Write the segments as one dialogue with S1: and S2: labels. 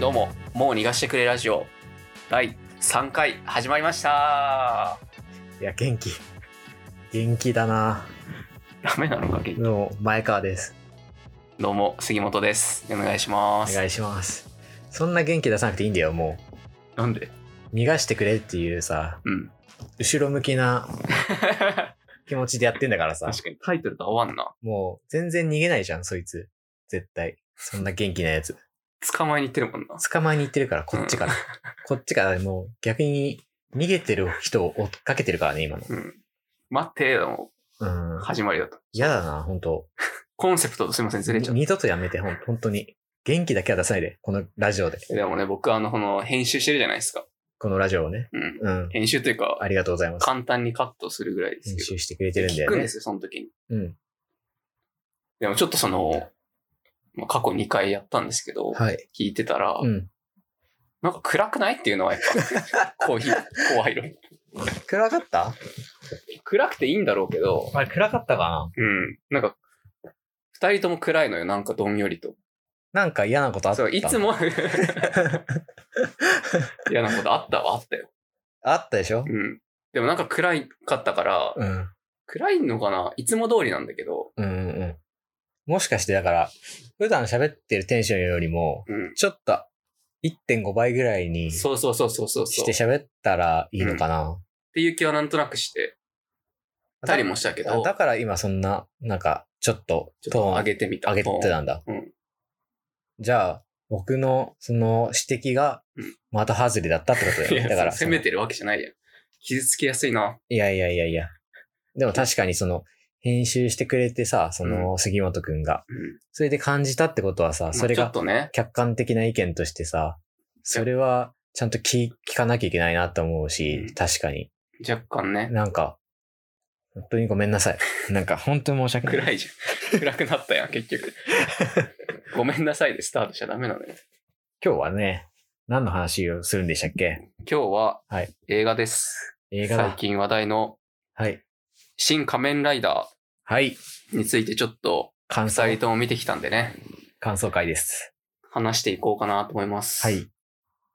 S1: どうも、もう逃がしてくれラジオ第3回始まりました。
S2: いや、元気。元気だな。
S1: ダメなのか、元気
S2: どうも、前川です。
S1: どうも、杉本です。お願いしま
S2: お
S1: す。
S2: 願いします。そんな元気出さなくていいんだよ、も
S1: なんで
S2: う。逃がしてくれっていうさ、
S1: うん。
S2: 後ろ向きな
S1: 確
S2: 気持ちでやってんだからさ、
S1: かにタイトルと合わんな。
S2: もう全然逃げないじゃん、そいつ。絶対。そんな元気なやつ。
S1: 捕まえに行ってるもんな。
S2: 捕まえに行ってるから、こっ ちから。こっちから、もう逆に逃げてる人を追っかけてるからね、今の。
S1: うん。待って、の
S2: うん。
S1: 始まりだと。
S2: 嫌だな、本当
S1: コンセプトとすいません、ずれちゃっ
S2: 二度とやめて、ほん本当に。元気だけは出さないで、このラジオで。
S1: た。でもね、僕、あの、この、編集してるじゃないですか。
S2: このラジオをね。
S1: うん。
S2: うん。
S1: 編集というか、
S2: ありがとうございます。
S1: 簡単にカットするぐらいです
S2: 編
S1: けど
S2: 集。してくれてるんだ
S1: 聞
S2: よ
S1: くん
S2: ね
S1: で。すよ、その時に。
S2: うん。
S1: でもちょっとその、まあ、過去2回やったんですけど、
S2: はい。
S1: 聞いてたら、
S2: うん。
S1: なんか暗くないっていうのはやっ ぱ、コーヒー、怖い色。
S2: 暗かった
S1: 暗くていいんだろうけど、
S2: あれ暗かったか
S1: うん。なんか、二人とも暗いのよ、なんかどんよりと。
S2: ななんか嫌なことあった。
S1: そう、いつ。 も嫌なことあったわ、あったよ。
S2: あったでしょ
S1: うん。でもなんか暗いかったから、
S2: うん。
S1: 暗いのかないつも通りなんだけど、
S2: うんうんうん。もしかしてだから、普段喋ってるテンションよりも、
S1: うん。
S2: ちょっと1.5倍ぐらいにし
S1: そうそうそうそうそうそう。
S2: て
S1: っ
S2: 喋ったらいいのかな。
S1: ていう気はなんとなくしてたりもしたけ
S2: あ
S1: ど、
S2: だから今そんな、なんか、ちょっと
S1: ちょっ
S2: ト
S1: と
S2: ーン
S1: 上げてみた。
S2: 上げてたんだ。
S1: うん
S2: じゃあ、僕のその指摘が
S1: うん
S2: 的外れだったってことだ
S1: い
S2: よね。
S1: や
S2: だから、
S1: 攻めてるわけじゃないやん。傷つきやすいな。
S2: いやいやいやいや。でも確かにその、編集してくれてさ、その杉本くんが、
S1: うん。
S2: それで感じたってことはさ、それ
S1: まあちょ
S2: が
S1: っとね、
S2: 客観的な意見としてさ、それはちゃんと聞聞かなきゃいけないなと思うし、
S1: うん
S2: 確かに。
S1: 若干ね、
S2: なんか、本当にごめんなさい。 なんか本当に申し訳ない。
S1: 暗いじゃん。暗くなったやん、結 局。ごめんなさいでスタートしちゃダメなのよ。
S2: 今日はね、何の話をするんでしたっけ
S1: 今日は
S2: はい
S1: 映画です。
S2: 映画
S1: 最
S2: だ。
S1: 近話題の
S2: はい。
S1: 新仮面ライダ
S2: はい。
S1: ーについてちょっと
S2: 感
S1: 二人
S2: 想、
S1: とも見てきたんでね、
S2: 感想会です。
S1: 話していこうかなと思います。
S2: はい。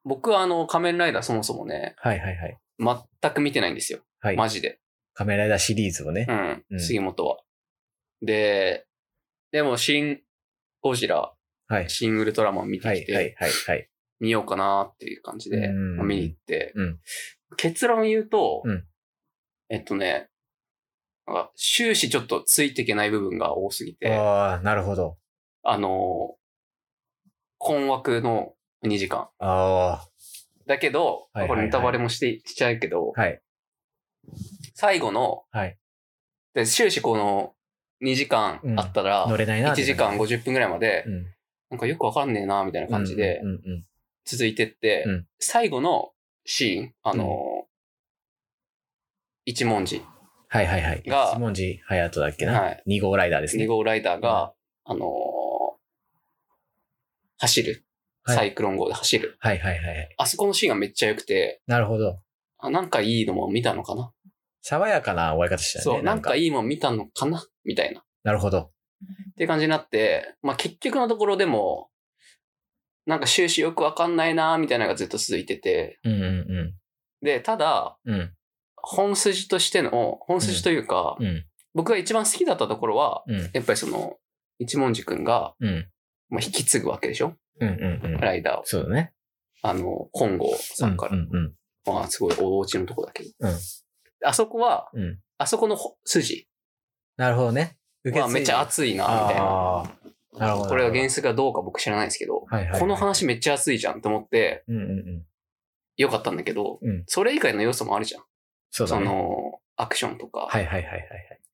S1: 僕はあの仮面ライダーそもそもね、
S2: はいはいはい。
S1: 全く見てないんですよ。
S2: はい。
S1: マジで。
S2: カメライダーシリーズをね。
S1: うん。
S2: うん
S1: 杉本は。で、でも新ゴジラ、
S2: はい。
S1: 新ウルトラマン見て
S2: は
S1: き
S2: い
S1: て、
S2: はいはいはい。
S1: 見ようかなっていう感じで、
S2: うん
S1: まあ見に行って、
S2: うん
S1: 結論言うと、
S2: うん
S1: えっとね、なんか終始ちょっとついていけない部分が多すぎて、あ
S2: ああ、なるほど。
S1: のー困惑の2時間。
S2: あ
S1: だけど、
S2: はいはいはい
S1: これネタバレもしてしちゃうけど、
S2: あ、はい。
S1: 最後の、
S2: はい
S1: で終始この2時間
S2: うん
S1: あったら、
S2: 乗れないな
S1: 1
S2: って
S1: 時間50分ぐらいまで、
S2: うん
S1: なんかよくわかんねえな、みたいな感じで
S2: うんうんうん
S1: 続いてって、
S2: うん
S1: 最後のシーン、あのー
S2: う
S1: 一文字。
S2: はいはいはい。
S1: が
S2: 一文字ハヤトだっけ
S1: は。
S2: ない二号ライダーです
S1: 2
S2: ね。
S1: 号ライダーが、あのー走る。
S2: はい
S1: サイクロン号で走る。
S2: はいはいはいはい。
S1: あそこのシーンがめっちゃ良くて、
S2: なるほど。
S1: あなんかいいのも見たのかな
S2: 爽やかな終わり方したね。
S1: そう、なんかいいもん見たのかなみたいな。っ
S2: なるほど。
S1: ていう感じになって、まあ結局のところでも、なんか終始よくわかんないなーみたいなのがずっと続いてて。
S2: うんう
S1: で、ただ、
S2: んうん。うん
S1: 本筋としての、本筋というか、
S2: うん
S1: 僕が一番好きだったところは、
S2: うん
S1: やっぱりその、一文字くんが、
S2: うん
S1: まあ、引き継ぐわけでしょ
S2: うんうんうん。
S1: ライダーを。
S2: そうだね。
S1: あの、本郷さんから。
S2: うんうん
S1: まあ、すごい大落ちのとこだけど。
S2: うん
S1: あそこは、
S2: うんうん。
S1: あそこのほ筋
S2: なるほどね。受
S1: はめっちゃ
S2: い。
S1: 熱いな、みたいな。
S2: ああ。なるほど。
S1: これは原作がどうか僕知らないですけど、
S2: はいはいはい
S1: この話めっちゃ熱いじゃんと思って、
S2: うんうんうん。
S1: よかったんだけど、
S2: うん
S1: それ以外の要素もあるじゃん。
S2: そうだ
S1: そ
S2: ね。
S1: の、アクションとか、
S2: はいはいはいはいはい。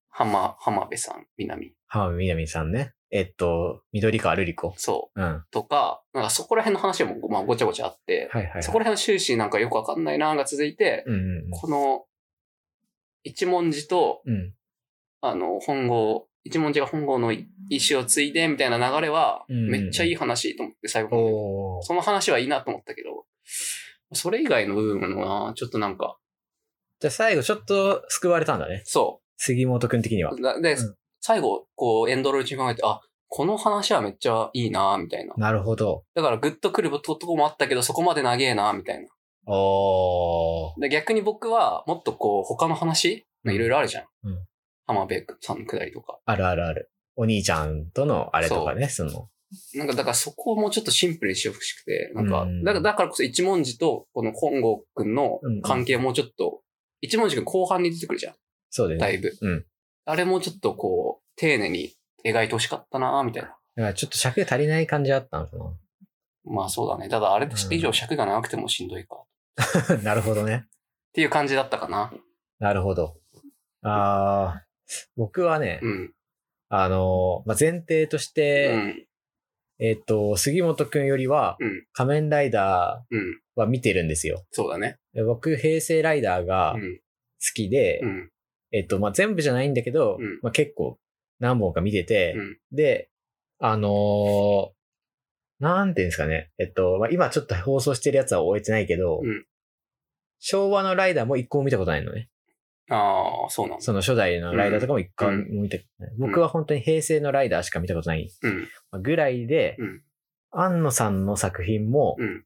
S1: 浜、浜辺さん、南。
S2: 浜辺美波さんね。えっと、緑川瑠璃子。
S1: そ
S2: うん。は
S1: う。とか、なんかそこら辺の話も、まあ、ごちゃごちゃあって、
S2: いはい、はい。
S1: そこら辺の終始なんかよくわかんないな、が続いて、
S2: うんうん
S1: この、一文字と、
S2: うん。うん。
S1: あの、本郷、一文字が本郷の意思を継いでみたいな流れは、
S2: うんうんうん
S1: めっちゃいい話と思って、最後まで。
S2: おー。
S1: その話はいいなと思ったけど、それ以外の部分は、ちょっとなんか、
S2: じゃあ最後ちょっと救われたんだね。
S1: そ
S2: 杉本くん的には。
S1: う。だで、
S2: うん
S1: 最後、こう、エンドロール中に考えて、あ、この話はめっちゃいいなみたいな。
S2: なるほど。
S1: だからグッとくるとこもあったけど、そこまで長えなみたいな。
S2: おー。
S1: で逆に僕は、もっとこう、他の話
S2: うん
S1: いろいろあるじゃん。
S2: うん
S1: 浜辺さんのくだりとか。
S2: あるあるある。お兄ちゃんとのあれとかね、その。
S1: なんか、だからそこをもうちょっとシンプルにしてほしくて、なんか、
S2: うん
S1: だからだからこそ一文字と、この本郷くんの関係をもうちょっと、一文字くん後半に出てくるじゃん。
S2: そうだよ
S1: だ
S2: ね。
S1: いぶ。
S2: うん
S1: あれもうちょっとこう、丁寧に描いてほしかったなみたいな。
S2: だからちょっと尺足りない感じあったのか
S1: まあそうだね。ただあれ以上尺が長くてもしんどいか。っ
S2: な。なるほどね。
S1: ていう感じだったかな。
S2: なるほど。あー。僕はね、
S1: うん。
S2: あのー、まあ、前提とし
S1: う
S2: て、
S1: ん。
S2: えっと、杉本くんよりは
S1: うん、
S2: 仮面ライダ
S1: うん。
S2: ーは見てるんですよ。
S1: そうだね。
S2: で僕、平成ライダー
S1: う
S2: が好
S1: ん。
S2: きで、
S1: うん。
S2: えっと、まあ、全部じゃないんだけど、
S1: うん
S2: まあ、結構何本か見てて、
S1: うん
S2: で、あのーなんていうんですかね。えっと、まあ、今ちょっと放送してるやつは終えてないけど、
S1: うん
S2: 昭和のライダーも一個も見たことないのね。
S1: ああ、そうなんだ。
S2: その初代のライダーとかも一個も見たことない。僕は本当に平成のライダーしか見たことない
S1: うん。
S2: ぐらいで、
S1: うん
S2: 安野さんの作品も、
S1: うん。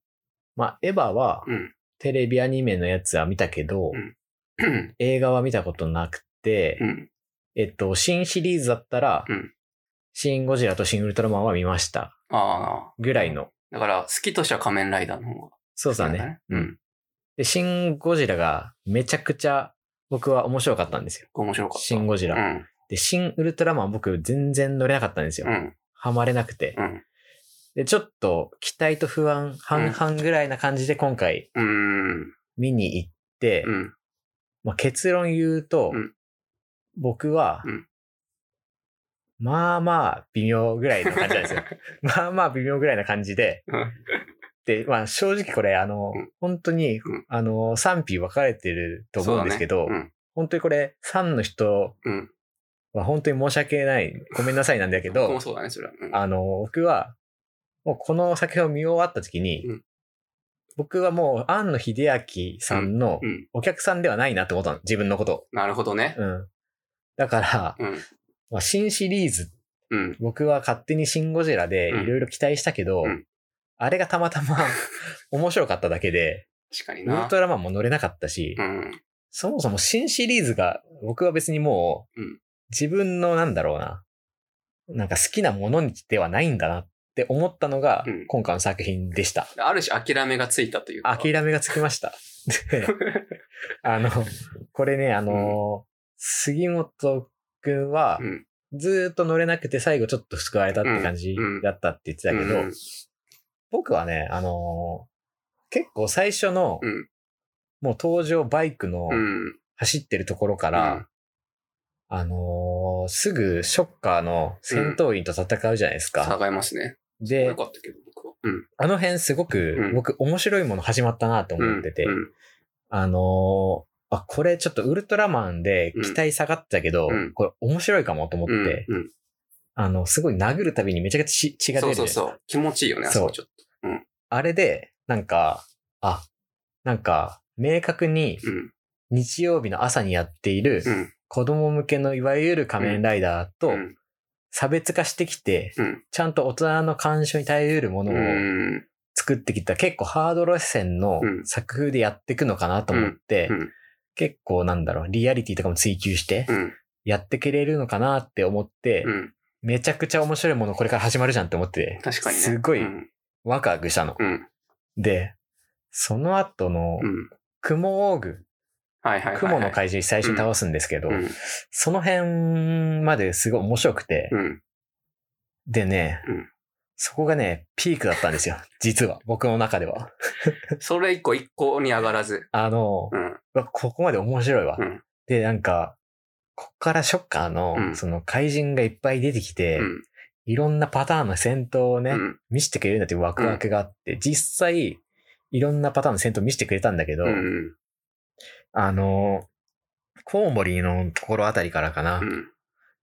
S2: まあ、エヴァは
S1: うん。
S2: テレビアニメのやつは見たけど、
S1: うんうん。
S2: 映画は見たことなくて、
S1: うん。
S2: えっと、新シリーズだったら、
S1: うん
S2: シン・ゴジラとシン・ウルトラマンは見ました。
S1: ああ。
S2: ぐらいの。
S1: だから、好きとしては仮面ライダーの方が。
S2: そうだ
S1: なん
S2: ね。
S1: う。ん。
S2: で、シン・ゴジラがめちゃくちゃ僕は面白かったんですよ。
S1: 面白かった。
S2: シン・ゴジラ。
S1: うん。
S2: で、シン・ウルトラマン僕全然乗れなかったんですよ。
S1: うん。
S2: ハマれなくて
S1: う。ん。
S2: で、ちょっと期待と不安、半々ぐらいな感じで今回
S1: うん。
S2: 見に行って、
S1: うん。
S2: まあ、結論言うと、
S1: うん
S2: 僕は、
S1: うん
S2: まあまあ微妙ぐらいの感じなん ですよ。まあまあ微妙ぐらいな感じで、で、まあ正直これ、あの、
S1: うん
S2: 本当に、
S1: うん
S2: あの、賛否分かれてると思うんですけど、
S1: うん。
S2: 本当にこれ、賛の人
S1: うん。
S2: は本当に申し訳ない、ごめんなさいなんだけ
S1: 僕も
S2: ど、
S1: そうだね、それは。うん
S2: あの、僕は、もうこの作品を見終わった時に、
S1: うん
S2: 僕はもう、庵野秀明さんの
S1: うん。
S2: お客さんではないなって思ったの、自分のこと。
S1: なるほどね。
S2: うん。だから、
S1: うん。
S2: まあ、新シリーズ、
S1: うん。
S2: 僕は勝手にシンゴジラでい
S1: うん
S2: ろいろ期待したけど、
S1: うん
S2: あれがたま たま面白かっただけで、
S1: 確かに
S2: ウル
S1: な。
S2: トラマンも乗れなかったし、
S1: うん。
S2: そもそも新シリーズが、僕は別にもう
S1: うん、
S2: 自分のなんだろうな、なんか好きなものではないんだなって思ったのが
S1: うん、
S2: 今回の作品でした。
S1: ある種、諦めがついたというか。
S2: 諦めがつきました。 であの、これね、あの、杉本くんは
S1: う、ん。
S2: ずーっと乗れなくて最後ちょっと救われたって感じだったって言ってたけど、
S1: うん
S2: 僕はね、あのー結構最初の、
S1: うん
S2: もう登場バイクの
S1: うん。
S2: 走ってるところから、
S1: うん
S2: あのーすぐショッカーの戦闘員と戦うじゃないですか。
S1: 戦いますね。
S2: で
S1: よ、かったけど、僕は。うん。
S2: あの辺すごく、
S1: うん
S2: 僕面白いもの始まったなと思ってて、
S1: うん。
S2: あのーあ、これちょっとウルトラマンで期待下がってたけど、
S1: うん
S2: これ面白いかもと思って、
S1: うんうん
S2: あの、すごい殴るたびにめちゃくちゃ血血が出
S1: そ
S2: る
S1: う
S2: じ
S1: そ
S2: ゃ
S1: う
S2: な
S1: そ
S2: いですか
S1: う。気持ちいいよね、あそこちょっと。
S2: あれで、なんか、あ、なんか、明確に
S1: うん。
S2: 日曜日の朝にやっている
S1: うん。
S2: 子供向けのいわゆる仮面ライダーと
S1: うん
S2: 差別化してきて
S1: うん、
S2: ちゃんと大人の干渉に耐えうるもの
S1: う
S2: を
S1: ん。
S2: 作ってきた結構ハード路線の
S1: うん
S2: 作風でやっていくのかなと思って
S1: うんうん、
S2: 結構なんだろう、リアリティとかも追求して
S1: うん。
S2: やってくれるのかなって思って
S1: う、ん。
S2: めちゃくちゃ面白いものこれから始まるじゃんって思って、
S1: 確かにね。
S2: すごい
S1: うん。
S2: ワクワクしたの。
S1: うん。
S2: で、その後の
S1: うん
S2: 雲オーグ
S1: はいはいはいはい。
S2: 雲の怪獣最初に倒すんですけど、
S1: うん。
S2: その辺まですごい面白くて、
S1: うん。
S2: でね、
S1: うん
S2: そこがね、ピークだった んですよ。実は、僕の中では。
S1: それ以降、一向に上がらず。
S2: あの、
S1: うん。
S2: うわここまで面白いわ。
S1: うん
S2: で、なんか、こっからショッカーの、
S1: うん
S2: その怪人がいっぱい出てきて、
S1: うん。
S2: いろんなパターンの戦闘をね、
S1: うん。
S2: 見せてくれるんだっていうワクワクがあって、実際、いろんなパターンの戦闘見せてくれたんだけど、
S1: うん。
S2: あの、コウモリのところあたりからかな。
S1: うん。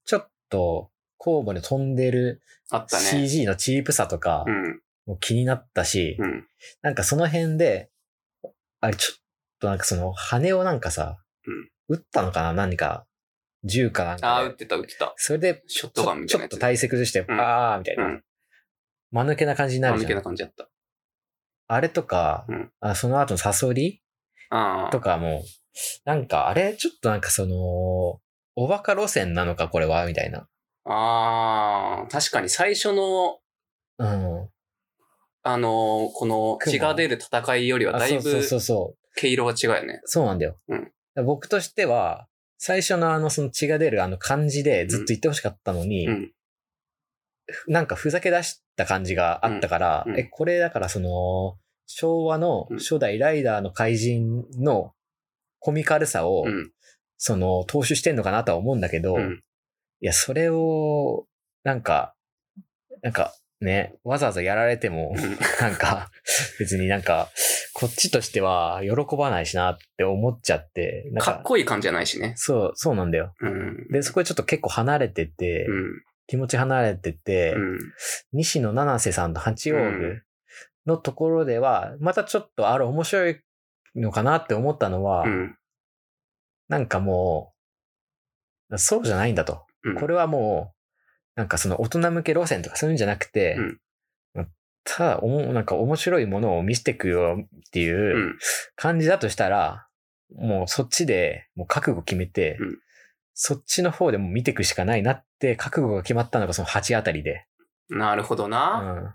S2: ちょっと、コウモリの飛んでる
S1: あったね。
S2: CG のチープさとか
S1: う、ん。
S2: もう気になったし、
S1: うん。
S2: なんかその辺で、あれちょっとなんかその羽をなんかさ
S1: うん、
S2: 打ったのかな何か、銃かなん
S1: あ
S2: か
S1: あ、撃
S2: で
S1: っ。てた、撃ってた。
S2: それで、
S1: ショッ
S2: ち
S1: トガ
S2: ょ
S1: ンみ
S2: ち
S1: たい
S2: ょ
S1: な
S2: っ
S1: やつ。
S2: と体積して、
S1: うん
S2: あーみたいうな。
S1: ん。
S2: 間抜けな感じにな
S1: 間
S2: る
S1: 抜
S2: じ
S1: け
S2: ゃ。
S1: なん感じだった。
S2: あれとか、
S1: うん
S2: あその後のサソリ
S1: ああ。
S2: とかも、なんかあれ、ちょっとなんかその、おバカ路線なのか、これはみたいな。
S1: ああ、確かに最初の、
S2: うん。
S1: あのーこの
S2: 雲
S1: 血が出る戦いよりは
S2: あ
S1: だ
S2: そ
S1: いう
S2: そう
S1: ぶ
S2: そうそう。
S1: 毛色が違うよね。
S2: そうなんだよ。
S1: うん
S2: だから僕としては、最初のあの、その血が出るあの感じでずっと言ってほしかったのに、
S1: うん。
S2: なんかふざけ出した感じがあったから、
S1: うんうん
S2: え、これだからその、昭和の
S1: うん
S2: 初代ライダーの怪人のコミカルさを、
S1: うん。
S2: その、踏襲してんのかなとは思うんだけど、
S1: うん。
S2: いや、それを、なんか、なんかね、わざわざやられても、 なんか、別になんか、こっちとしては喜ばないしなって思っちゃって、なん
S1: かっこいい感じじゃないしね。
S2: そう、そうなんだよ。
S1: うん。
S2: で、そこでちょっと結構離れてて、
S1: うん。
S2: 気持ち離れてて、
S1: うん。
S2: 西野七瀬さんと八王
S1: うん
S2: 子のところでは、またちょっとあれ面白いのかなって思ったのは、
S1: うん。
S2: なんかもう、そうじゃないんだと。
S1: うん
S2: これはもう、なんかその大人向け路線とかそういうんじゃなくて、ただおも、なんか面白いものを見せてくよって
S1: う。
S2: いうん感じだとしたら、もうそっちでもう覚悟決めて、
S1: うん
S2: そっちの方でもう見ていくしかないなって覚悟が決まったのがその8あたりで。
S1: なるほどな。
S2: うん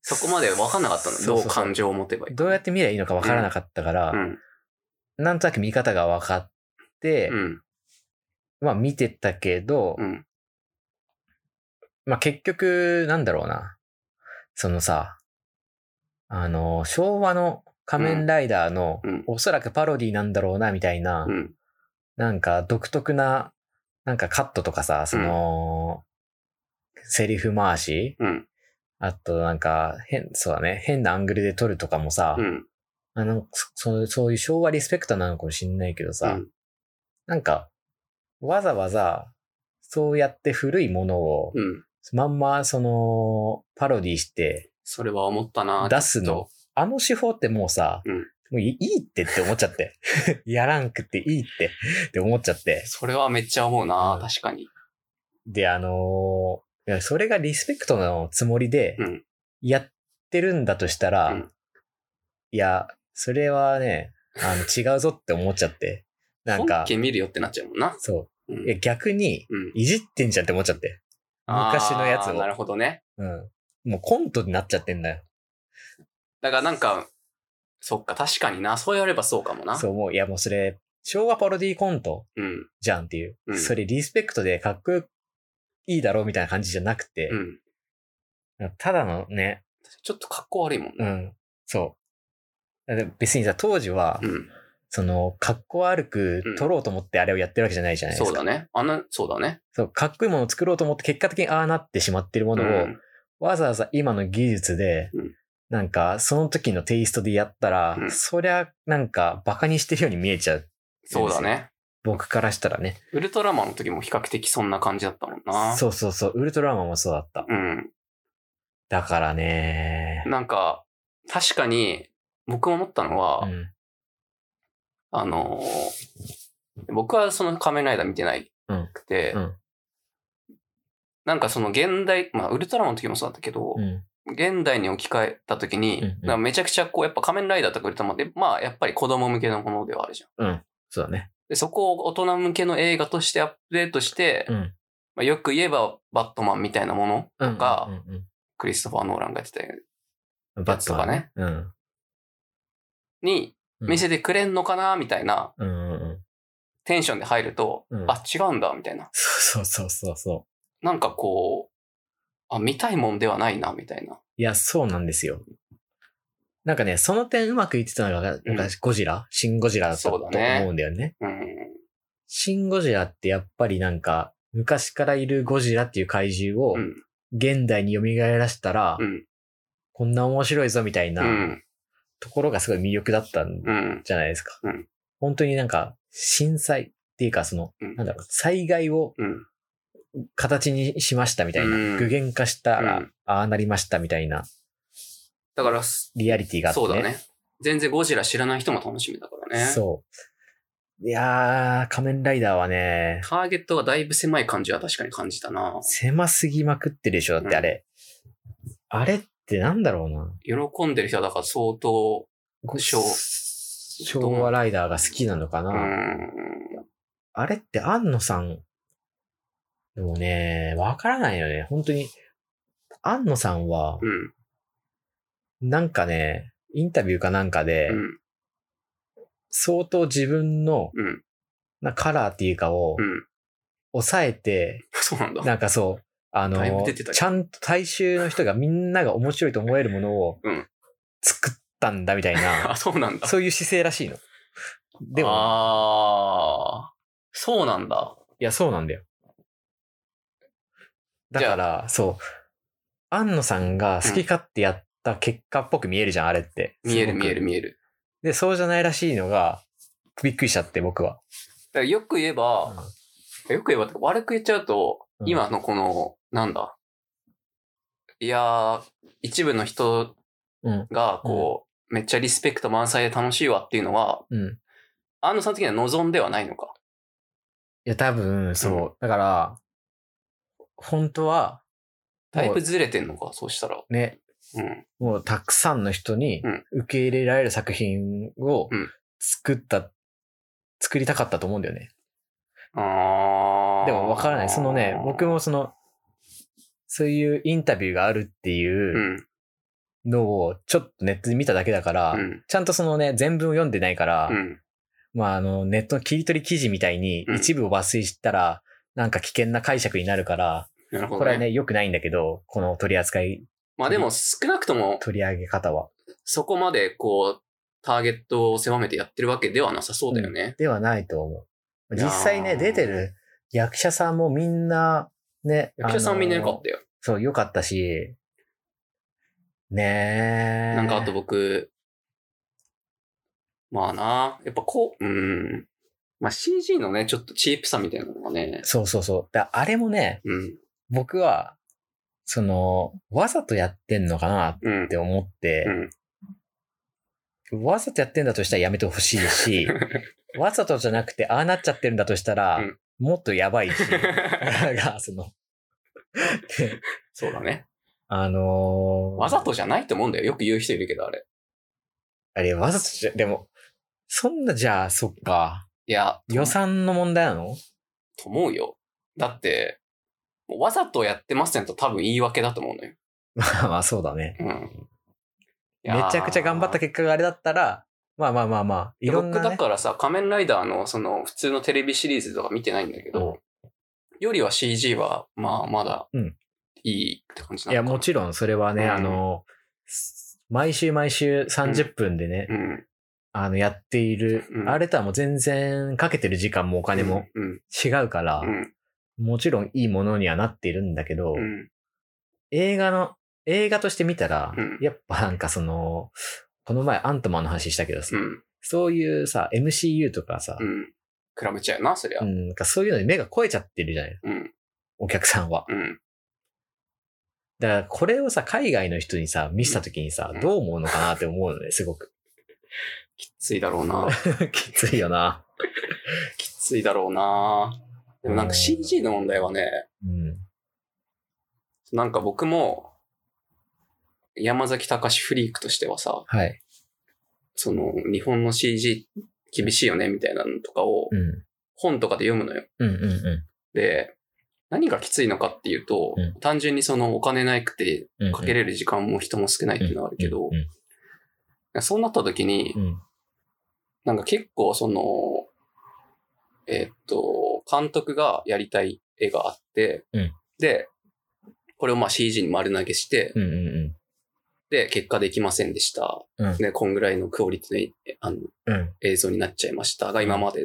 S1: そこまで分かんなかったの。
S2: そ
S1: ど
S2: うそう
S1: う
S2: そう
S1: 感情を持てばいいか。
S2: どうやって見りゃいいのかわからなかったから、
S1: うん。
S2: なんとなく見方が分かって、
S1: うん。
S2: まあ見てたけど、
S1: うん。
S2: まあ結局、なんだろうな。そのさ、あの、昭和の仮面ライダーの、
S1: うん
S2: おそらくパロディなんだろうな、みたいな、
S1: うん。
S2: なんか独特な、なんかカットとかさ、その、セリフ回し、
S1: うん。
S2: あとなんか、変、そうだね、変なアングルで撮るとかもさ、
S1: うん。
S2: あのそそう、そういう昭和リスペクトなのかもしんないけどさ、
S1: うん
S2: なんか、わざわざ、そうやって古いものを、
S1: うん。
S2: まんま、その、パロディして
S1: それは思ったな。
S2: 出すの。あの手法ってもうさ、
S1: うん
S2: もういいいいってって思っちゃって。 やらんくっていいってって思っちゃって。
S1: それはめっちゃ思うな
S2: う。ん
S1: 確かに。
S2: で、あのーいやそれがリスペクトのつもりで
S1: うん、
S2: やってるんだとしたら、
S1: うん
S2: いや、それはね、あの違うぞって思っち ゃって。なん
S1: 本
S2: か、
S1: 家見るよってなっちゃうもんな。
S2: そうう。いや
S1: ん。
S2: 逆に、
S1: うん
S2: いじってんじゃんって思っちゃって。昔のやつ
S1: あ
S2: を
S1: ーなるほどね。
S2: うん。もうコントになっちゃってんだよ。
S1: だからなんか、そっか、確かにな。そうやればそうかもな。。
S2: そうう、もう、いやもうそれ、昭和パロディコント
S1: うん。
S2: じゃんっていう。
S1: うん
S2: それリスペクトでかっこいいだろうみたいな感じじゃなくて
S1: う、ん。
S2: ただのね、
S1: ちょっと格好悪いもん
S2: う
S1: ね。
S2: ん、そう。だって別にさ、当時は、
S1: うん。
S2: その、かっこ悪く撮ろうと思ってあれをやってるわけじゃないじゃないで
S1: そ
S2: す
S1: う
S2: か。
S1: だね。あんな、そうだね。
S2: そう、かっこいいものを作ろうと思って結果的にああなってしまってるも
S1: う
S2: のを、
S1: ん。
S2: わざわざ今の技術で
S1: うん、
S2: なんか、その時のテイストでやったら、
S1: うん
S2: そりゃ、なんか、バカにしてるように見えちゃう。
S1: そうだね。
S2: 僕からしたらね。
S1: ウルトラマンの時も比較的そんな感じだったもんな。
S2: そうそうそう、ウルトラマンもそうだった。
S1: うん。
S2: だからね。
S1: なんか、確かに、僕も思ったのは、
S2: うん。
S1: あのー僕はその仮面ライダー見てないくて、
S2: うんうん
S1: なんかその現代、まあ、ウルトラマンの時もそうだったけど、
S2: うん。
S1: 現代に置き換えた時に、
S2: うんうん
S1: なんかめちゃくちゃこう、やっぱ仮面ライダーとかウルトラマンって、まあやっぱり子供向けのものではあるじゃん。
S2: そうだね。
S1: で、そこを大人向けの映画としてアップデートして、
S2: うん。
S1: まあ、よく言えばバットマンみたいなもの、
S2: うん。
S1: か
S2: うんうん
S1: クリストファー・ノーランがやってたよ
S2: うん。
S1: やつとかね
S2: バットマンね。
S1: に
S2: うん。
S1: 見せてくれんのかなみたいな
S2: うんうんうん。
S1: テンションで入ると、
S2: うん
S1: あ、違うんだみたいな。
S2: そうそうそうそうそ
S1: なんかこう、あ、見たいもんではないなみたいな。
S2: う。いや、そうなんですよ。なんかね、その点うまくいってたのが、なんかゴジラシン・ゴジラだったと
S1: そう
S2: 思
S1: だ
S2: うん
S1: ね
S2: だよね。
S1: うん。
S2: シン・ゴジラってやっぱりなんか、昔からいるゴジラっていう怪獣を
S1: うん。
S2: 現代に蘇らせたら、
S1: うん。。
S2: こんな面白いぞみたいうなんところがすごい魅力だったん
S1: うん。
S2: じゃないですか。
S1: うん
S2: 本当になんか、震災っていうか、その、
S1: うん
S2: なんだろう、災害を
S1: うん。
S2: 形にしましたみたいな、
S1: うん
S2: 具現化したら、
S1: うん
S2: ああなりましたみたいな、
S1: だから、
S2: リアリティがあって、
S1: そうだね。全然ゴジラ知らない人も楽しめたからね。
S2: そう。いやー、仮面ライダーはね、
S1: ターゲットがだいぶ狭い感じは確かに感じたな。
S2: 狭すぎまくってるでしょ、だってあれ。あれってなんだろうな。
S1: 喜んでる人はだから相当、
S2: こ
S1: 昭
S2: 昭和ライダーが好きなのかな。
S1: うん。
S2: あれって安野さん、でもね、わからないよね。本当に、安野さんは、
S1: うん。
S2: なんかね、インタビューかなんかで、
S1: うん。
S2: 相当自分の
S1: うん。
S2: なカラーっていうかを
S1: うん。
S2: 抑えて、
S1: そうなんだ。
S2: なんかそう、あ
S1: だいぶ
S2: の、
S1: 出てたけど
S2: ちゃんと大衆の人がみんなが面白いと思えるものを
S1: うん
S2: 作ったんだみたい な、
S1: あ、そうなんだ。
S2: そういう姿勢らしいの。でも、
S1: ああ、そうなんだ。
S2: いや、そうなんだよ。だから、そう、安野さんが好き勝手やった結果っぽく見えるじゃん、あれって。
S1: 見える
S2: すごく
S1: 見える見える。
S2: で、そうじゃないらしいのが、びっくりしちゃって、僕は。
S1: だからよく言えば、よく言えばってか、悪く言っちゃうと、
S2: うん
S1: 今のこの、なんだ。いやー、一部の人
S2: うん。
S1: が、こう、めっちゃリスペクト満載で楽しいわっていうのは、
S2: うん。
S1: 安野さん的には望んではないのか。
S2: いや、多分、そう。
S1: うん
S2: だから、本当は、
S1: だい
S2: も
S1: ぶずれてんのか、そうしたら。
S2: うね、
S1: うん。
S2: もうたくさんの人に
S1: うん
S2: 受け入れられる作品を
S1: うん
S2: 作った、作りたかったと思うんだよね。
S1: あー
S2: でも分からない。そのね、僕。もその、そういうインタビューがあるって
S1: う。
S2: いうんのをちょっとネットで見ただけだから、
S1: うん
S2: ちゃんとそのね、全文を読んでないから、
S1: うん。
S2: まああの、ネットの切り取り記事みたいに
S1: うん
S2: 一部を抜粋したら、なんか危険な解釈になるから、
S1: なるほ
S2: こ
S1: ど、
S2: れ
S1: ね。
S2: はね、良くないんだけど、この取り扱い
S1: まあでも、少なくとも、
S2: 取り上げ方は。
S1: そこまで、こう、ターゲットを狭めてやってるわけではなさそうだよね。
S2: ではないと思う。
S1: いやー
S2: 実際ね、出てる役者さんもみんな、ね。
S1: 役者さ
S2: あ
S1: ん
S2: の
S1: みんな良かったよ。
S2: そう、良かったし、ねえ。
S1: なんかあと僕、まあな、やっぱこう、うん。まあ CG のね、ちょっとチープさみたいなのがね、
S2: そうそうそう。だあれもね、
S1: うん、
S2: 僕は、その、わざとやってんのかなっ
S1: うん
S2: て、思って
S1: う、 ん、
S2: わざとやってんだとしたらやめてほしい し、わざとじゃなくて、ああなっちゃってるんだとしたら
S1: うん、
S2: もっとや ばいし、なんか、その、
S1: そうだね。
S2: あのー
S1: わざとじゃないと思うんだよ。よく言う人いるけど、あれ。
S2: あれ、わざとじゃ、でも、そんな、じゃあ、そっか。
S1: いや、
S2: 予算の問題なの
S1: と思うよ。だって、もうわざとやってませんと多分言い訳だと思うのよ。
S2: まあまあ、そうだね。
S1: うん。いや
S2: め
S1: ー
S2: ちゃくちゃ頑張った結果があれだったら、まあまあまあまあ、いろんな、
S1: 僕
S2: ね
S1: だ。からさ、仮面ライダーのその普通のテレビシリーズとか見てないんだけど、よりは CG は、まあまだ
S2: うん
S1: いいって感じないの
S2: や、
S1: かな
S2: もちろん、それはね、
S1: うん
S2: あの、毎週毎週30分でね、
S1: うん。
S2: あの、やっている、
S1: うん
S2: あれとはもう全然かけてる時間もお金も
S1: うん。
S2: 違うから、
S1: うん。
S2: もちろんいいものにはなっているんだけど、
S1: うん。
S2: 映画の、映画として見たら、
S1: うん
S2: やっぱなんかその、この前アントマンの話したけどさ、
S1: うん。
S2: そういうさ、MCU とかさ、
S1: うん。比べちゃうな、そりゃ
S2: う。ん、なんかそういうのに目が超えちゃってるじゃない
S1: うん。
S2: お客さんは。
S1: うん。
S2: だからこれをさ、海外の人にさ、見せた時にさ
S1: うん、
S2: どう思うのかなって思うのね、すごく。
S1: きついだろうな。
S2: きついよな。
S1: きついだろうな。でもなんか CG の問題はね、
S2: うん。
S1: なんか僕も、山崎隆フリークとしてはさ、
S2: はい。
S1: その日本の CG 厳しいよねみたいなのとかを
S2: うん。
S1: 本とかで読むのよ。
S2: うんうんう
S1: で、何がきついのかっていうと、
S2: うん
S1: 単純にそのお金ないくて
S2: んうん。
S1: かけ
S2: る
S1: れる時間も人も少ないっていうのはあるけど
S2: う、ん
S1: そうなった時に
S2: う、んうん。
S1: なんか結構その、えっと、監督がやりたい絵があって、
S2: うん
S1: で、これをまあ CG に丸投げして、
S2: うんうん
S1: で、結果できませんでした。
S2: うん
S1: で、こんぐらいのクオリティのあの
S2: うん。うん
S1: 映像になっちゃいましたが、今まで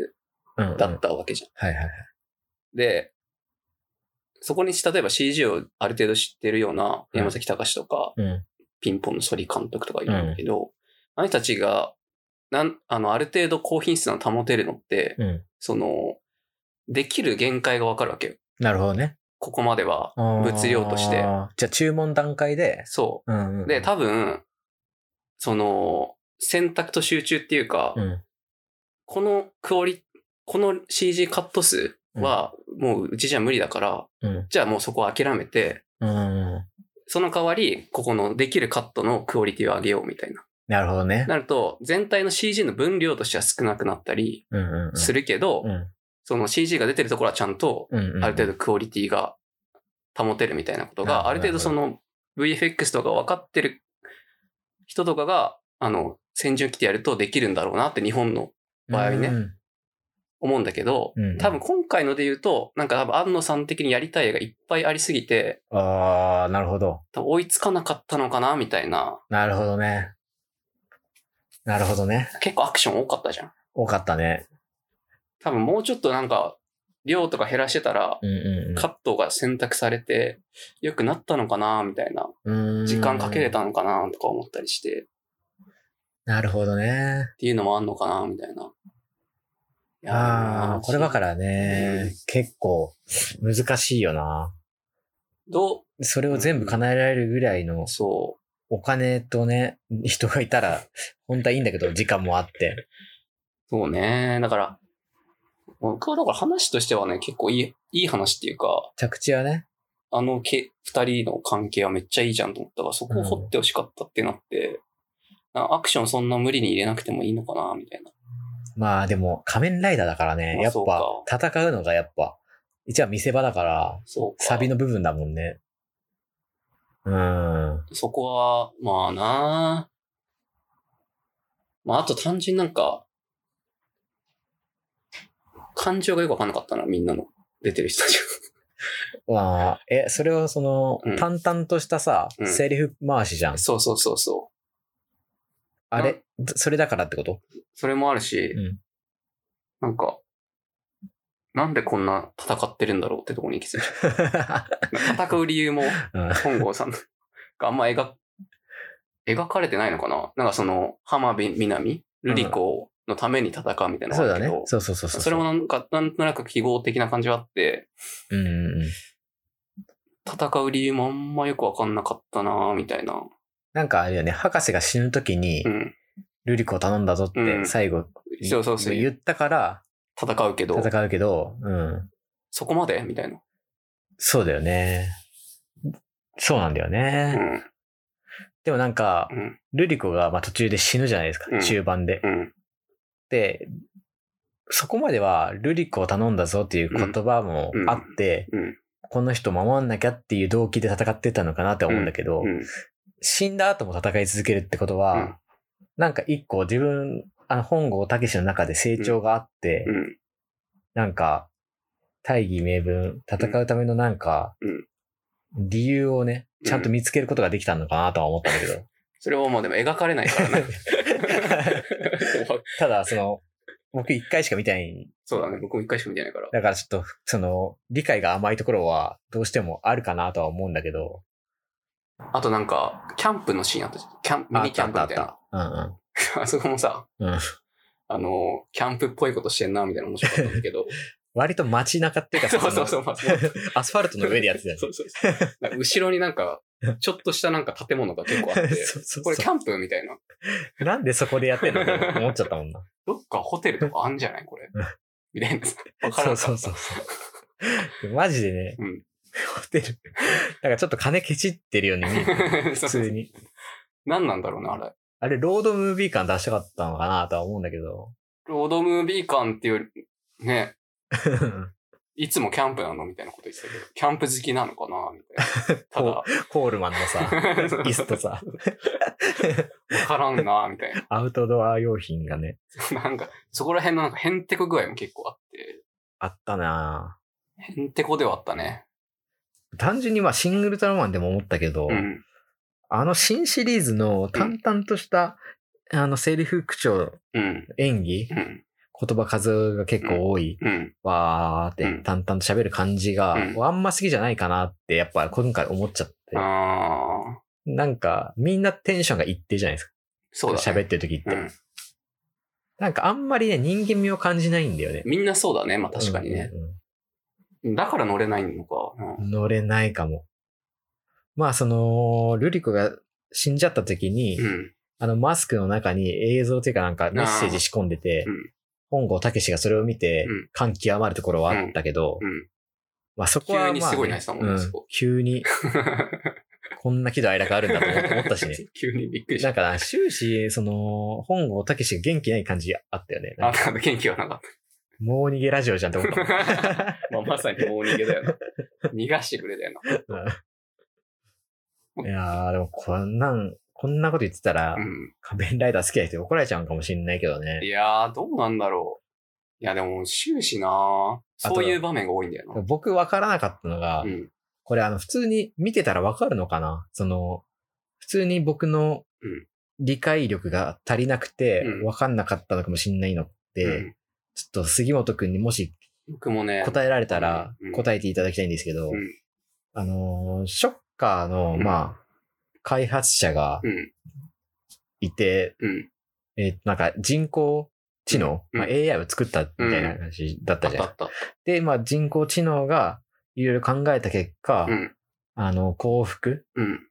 S2: うんうん。
S1: だったわけじゃん。
S2: はいはいはい。
S1: で、そこに例えば CG をある程度知ってるような山崎隆とか、
S2: うん。
S1: ピンポンのソリ監督とかいるんだけど、あの人たちが、なん、あの、ある程度高品質なの保てるのって、
S2: うん。
S1: その、できる限界がわかるわけよ。
S2: なるほどね。
S1: ここまでは、
S2: あー
S1: 物量として
S2: じゃあ注文段階で。
S1: そ
S2: うんうん。
S1: う。で、多分、その、選択と集中っていうか、
S2: うん。
S1: このクオリこの CG カット数はもううちじゃ無理だから、
S2: うん。
S1: じゃあもうそこは諦めて、
S2: うん。
S1: その代わり、ここのできるカットのクオリティを上げようみたいな。
S2: なるほどね。
S1: なると、全体の CG の分量としては少なくなったり
S2: うんうんうん。
S1: するけど、
S2: うん。
S1: その CG が出てるところはちゃんと、
S2: うんうんうん。
S1: ある程度クオリティが保てるみたいなことが、
S2: な
S1: あ
S2: る
S1: る
S2: ほ
S1: 程度
S2: ど
S1: その VFX とか分かってる人とかが、あの、先準機でやるとできるんだろうなって日本の場合ね
S2: うん
S1: 思うんだけど、
S2: うん
S1: 多分今回ので言うと、なんか多分安野さん的にやりたい絵がいっぱいありすぎて、
S2: うん。ああ、なるほど。
S1: 多分追いつかなかったのかなみたいな、
S2: なるほどね。なるほどね。
S1: 結構アクション多かったじゃん。
S2: 多かったね。
S1: 多分もうちょっとなんか、量とか減らしてたら、
S2: うんうんうん
S1: カットが選択されて、良くなったのかなみたいな、
S2: うーん。
S1: 時間かけれたのかなとか思ったりして、
S2: なるほどね。
S1: っていうのもあんのかなみたいな。いやー
S2: ああ、これだから
S1: う
S2: ね
S1: ん、
S2: 結構難しいよな。
S1: ど
S2: それを全部叶えられるぐらいの
S1: う、そ
S2: お金とね、人がいたら、本当はいいんだけど、時間もあって。
S1: う、そうね。だから、僕はだから話としてはね、結構いい、いい話っていうか、
S2: 着地はね、
S1: あのけ二人の関係はめっちゃいいじゃんと思ったから、そこを掘ってほしかったってなって、なんかアクションそんな無理に入れなくてもいいのかなみたいな。
S2: まあでも、仮面ライダーだからね、
S1: まあ
S2: やっ
S1: そう
S2: ぱ、戦うのがやっぱ、一応見せ場だから、
S1: そうか。
S2: サビの部分だもんね。うーん。
S1: そこは、まあなまああと単純になんか、感情がよくわかんなかったな、みんなの。出てる人たち
S2: まあ、え、それをその
S1: う、ん
S2: 淡々としたさ、
S1: うん
S2: セリフ回しじゃん
S1: が。。そうそうそうそ
S2: あれ、それだからって こと
S1: う。それもあるし、
S2: うん
S1: なんか、なんでこんな戦ってるんだろうってとこに行き着いちゃう 戦う理由も、
S2: うん
S1: 本郷さんがあんま描、描かれてないのかななんかその、浜辺美波ルリコのために戦うみたいなの
S2: そう
S1: があ
S2: だ
S1: るけ
S2: ね
S1: ど、。
S2: そうそうそうそう。
S1: それもなんか、なんとなく記号的な感じはあって、
S2: うんうんうん。
S1: 戦う理由もあんまよくわかんなかったなぁみたいな。
S2: なんかあれよね、博士が死ぬ時に
S1: う、ん。
S2: ルリコを頼んだぞっ
S1: う
S2: て
S1: ん
S2: 最後
S1: そうそうそう。
S2: 言ったから、
S1: 戦うけど、
S2: 戦うけど、うん。
S1: そこまでみたいな。
S2: そうだよね。そうなんだよ
S1: う
S2: ね。
S1: ん。
S2: でもなんか、
S1: うん。
S2: ルリコがまあ途中で死ぬじゃないですか、
S1: うん
S2: 中盤で。
S1: うん。
S2: で、そこまではルリコを頼んだぞっていう言葉もあって、
S1: うん。
S2: この人守んなきゃっていう動機で戦ってたのかなって思うんだけど、
S1: うん。
S2: 死んだ後も戦い続けるってことは、
S1: うん
S2: なんか一個自分、あの本郷武の中で成長があって、
S1: うん。
S2: なんか、大義名分、戦うためのなんか、
S1: うん
S2: 理由をね、
S1: うん
S2: ちゃんと見つけることができたのかなとは思ったんだけど。
S1: それはもうでも描かれないからね。
S2: ただ、その、僕一回しか見たい。
S1: そうだね。僕も一回しか見てないから。
S2: だからちょっと、その、理解が甘いところはどうしてもあるかなとは思うんだけど。
S1: あとなんか、キャンプのシーンあったじゃん。キャンミ
S2: あ
S1: ニ
S2: っ
S1: キ
S2: た
S1: ャ
S2: あ
S1: ン
S2: っ
S1: プ
S2: たあ
S1: み
S2: った
S1: いな。
S2: た。うん
S1: あそこもさ、
S2: うん。うん。
S1: あの、キャンプっぽいことしてんな、みたいな面白かったんだけ ど。
S2: 割と街中っ ていうか、
S1: そうそうそう。まあそう
S2: のアスファルトの上でやってたよ ね
S1: そうそうそうなんか後ろになんか、ちょっとしたなんか建物が結構あって、
S2: そうそうそう
S1: これキャンプみたいな。
S2: なんでそこでやってんのって思っちゃったも んな。
S1: どっかホテルとかあんじゃないこれ。みたいなさ。わから
S2: そ
S1: ん
S2: う
S1: か
S2: そ
S1: っ
S2: うそう
S1: た。
S2: そう。マジでね、
S1: うん
S2: ホテル。なんかちょっと金ケチってるように見えて
S1: そ
S2: 普
S1: うそう
S2: 通に。
S1: 何なんだろうな、あれ。
S2: あれ、ロードムービー感出したかったのかなとは思うんだけど。
S1: ロードムービー感っていうより、ね、いつもキャンプなのみたいなこと言ってたけど、キャンプ好きなのかなみたい な。ただ、わ
S2: コールマンのさ、 椅子とさ、
S1: からんな、みたい
S2: アウトドア用品がね、
S1: な。なんか、そこら辺のなんかヘンテコ具合も結構あって、
S2: あったなぁ
S1: ヘンテコではあったね。
S2: 単純にまあシングルトラマンでも思ったけど、
S1: うん。
S2: あの新シリーズの淡々とした、あのセリフ口調、
S1: うん。
S2: 演技、
S1: うん。
S2: 言葉数が結構多い、
S1: うん。
S2: わーって
S1: うん
S2: 淡々と喋る感じが、
S1: うん
S2: あんま好きじゃないかなって、やっぱ今回思っちゃって。
S1: ああ。
S2: なんか、みんなテンションが一定じゃないですか。
S1: そうだ、ね。
S2: 喋ってる時って、
S1: うん
S2: なんかあんまりね、人間味を感じないんだよね。
S1: みんなそうだね。まあ確かにね。
S2: うんうん
S1: だから乗れないのか。
S2: うん。乗れないかも。まあ、その、ルリコが死んじゃった時に、
S1: うん。
S2: あのマスクの中に映像というかなんかメッセージ仕込んでて、
S1: うん
S2: 本郷武がそれを見て
S1: うん、
S2: 感極まるところはあったけど、
S1: うん。
S2: まあそこは、まあ
S1: 急
S2: ね、
S1: にすごいな人だもんね
S2: う
S1: そこ
S2: 急に、こんな喜怒哀楽あるんだと思思ったしね。
S1: 急にびっくりし
S2: なん
S1: た。
S2: かな、終始、その、本郷武が元気ない感じあったよね。な
S1: あ、
S2: んか
S1: なんか元気はなかっ
S2: もう逃げラジオじゃんっ て思ったもん。
S1: た。まあ、まさに大逃げだよな。逃がしてくれだよな。
S2: いやー、でもこんなん、こんなこと言ってたら、
S1: うん。
S2: 仮面ライダー好きな人に怒られちゃうかもしんないけどね
S1: い。やー、どうなんだろう。いや、でも、終始なそういう場面が多いんだよな。
S2: 僕分からなかったのが、
S1: うん。
S2: これあの、普通に見てたら分かるのかなその、普通に僕の
S1: うん
S2: 理解力が足りなくて
S1: う、ん
S2: 分かんなかったのかもしんないのっ
S1: う
S2: て、
S1: ん
S2: ちょっと杉本くんにもし
S1: 僕もね、
S2: 答えられたら
S1: うん
S2: 答えていただきたいんですけど、
S1: うん
S2: あのー、ショッカーの、
S1: うん
S2: まあ、開発者が
S1: うん。
S2: いて、
S1: うん。
S2: えっと、なんか人工知能、
S1: うん
S2: まあ、AI を作ったみたいな話だっ
S1: あ
S2: た
S1: っ
S2: じ
S1: た
S2: ゃん。
S1: あった。
S2: で、まあ人工知能がいろいろ考えた結果、
S1: うん。
S2: あの、幸福
S1: うん。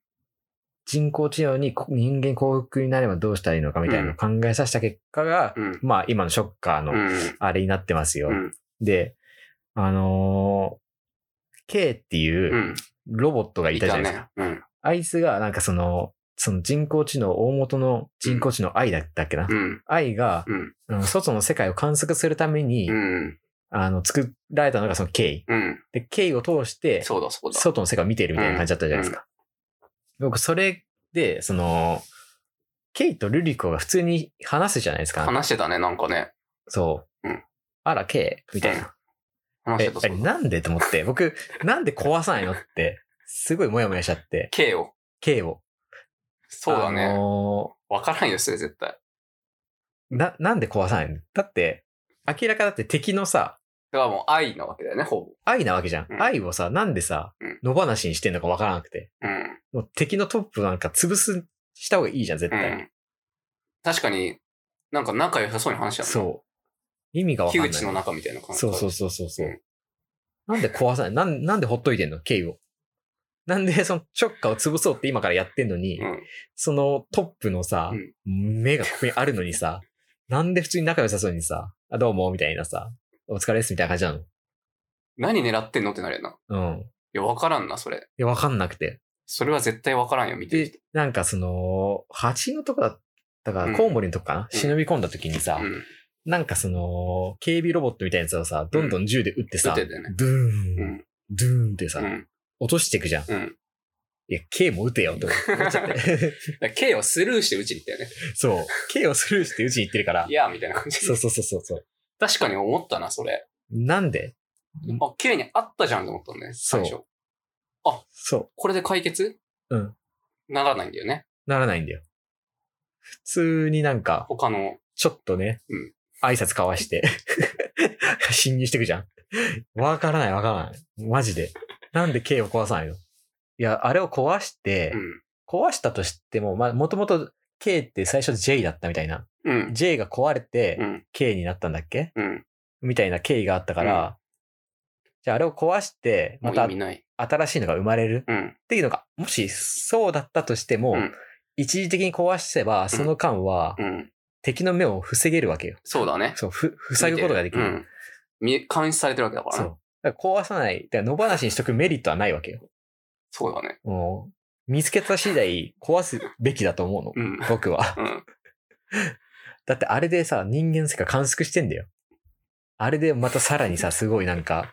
S2: 人工知能にこ人間幸福になればどうしたらいいのかみたいなのを考えさせた結果が、
S1: うん。
S2: まあ今のショッカー
S1: う
S2: の
S1: ん。
S2: あれになってますよ。
S1: うん。。
S2: で、あのー K っていううんロボットがい
S1: い
S2: たじゃ
S1: た
S2: ないですか。
S1: ね。うん。
S2: アイスがなんかその、その人工知能、大元の人工知能愛だったっけな。
S1: うん。
S2: 愛が、
S1: うん。
S2: あの外の世界を観測するために、
S1: うん。
S2: あの、作られたのがその経緯。
S1: うん。
S2: で、経緯を通して、
S1: そうだ、そうだ。
S2: 外の世界を見てるみたいな感じだったじゃないですか。僕、それで、その、ケイとルリコが普通に話すじゃないですか。
S1: 話してたね、なんかね。
S2: そう。
S1: うん
S2: あら、ケイみたいな。
S1: 話し
S2: え
S1: てた、
S2: あ
S1: そ
S2: れ
S1: うだ。
S2: なんでと思って、僕、なんで壊さないのって、すごいモヤモヤしちゃって、
S1: K を。
S2: ケイを。
S1: そうだ
S2: あ
S1: ね。
S2: のー
S1: わからんよ、それ絶対。
S2: な、なんで壊さないのだって、明らかだって敵のさ、
S1: だからもう愛なわけだよね、ほぼ。
S2: 愛なわけじゃん。
S1: うん
S2: 愛をさ、なんでさ
S1: うん、
S2: 野放しにしてんのかわからなくて。
S1: うん。
S2: もう敵のトップなんか潰す、した方がいいじゃん、絶
S1: う
S2: 対。
S1: ん。確かに、なんか仲良さそうに話してたね
S2: そう。意味がわかんな
S1: 窮
S2: い。
S1: 地の中みたいな感じ。
S2: そうそうそうそうそう
S1: うん
S2: なんで壊さないなんなんでほっといてんの敬意を。なんで そのショッカーを潰そうって今からやってんのに、
S1: うん。
S2: そのトップのさ、
S1: うん
S2: 目がここにあるの にさ、なんで普通に仲良さそうにさ、あどうも、みたいなさ、お疲れですみたいな感じなの。
S1: 何狙ってんのってなるよな。い
S2: うん。い
S1: や、わからんな、それ。
S2: や、わかんなくて。
S1: それは絶対わからんよ、見てる
S2: で
S1: 人。、
S2: なんかその、蜂のとこだったか
S1: うん
S2: ら、コウモリのとこかな、忍び込んだ時にさ、
S1: うん。
S2: なんかその、警備ロボットみたいなやつをさ、どんどん銃で撃ってさ、
S1: 撃ってたよね
S2: ドゥーン、
S1: うん。
S2: ドゥーンってさ、
S1: うん。
S2: 落としていくじゃん。
S1: うん。
S2: いや、K も撃てよっ て思っちゃって。
S1: だから K をスルーして打ちに行ったよね。
S2: そう。K をスルーしてうちに行ってるから
S1: い。やーみたいな感じ。
S2: そうそうそうそうそう。
S1: 確かに思ったな、それ。
S2: なんで
S1: あ、K にあったじゃんと思ったんだね、最
S2: そ
S1: 初。
S2: そ
S1: これで解決
S2: うん。
S1: ならないんだよね。
S2: う。ならないんだよ。普通になんか、
S1: 他の。
S2: ちょっとね、
S1: うん
S2: 挨拶交わして、 侵入してくじゃん。わからないわからない。マジで。なんで K を壊さないのいや、あれを壊して
S1: う、ん。
S2: 壊したとしても、まあ、もともと K って最初 J だったみたいな。
S1: うん。
S2: J が壊れて
S1: う、ん。
S2: K になったんだっけ
S1: うん。
S2: みたいな経緯があったから、じゃああれを壊して、
S1: も
S2: ま
S1: う意
S2: た
S1: 味ない。
S2: 新しいのが生まれる
S1: うん。
S2: っていうのが、もしそうだったとしても、
S1: うん
S2: 一時的に壊せば、その間は
S1: うん。
S2: 敵の目を防げるわけよ。
S1: そうだね。
S2: そう、ふ、塞ぐことができる。
S1: うん。見監視されてるわけだから
S2: そ
S1: ね。
S2: う。だから壊さない、だから野放しにしとくメリットはないわけよ。
S1: そうだね。
S2: もう、見つけた次第壊すべきだと思うの。
S1: うん。
S2: 僕は。
S1: うん。
S2: だってあれでさ、人間の世界観測してんだよ。あれでまたさらにさ、すごいなんか、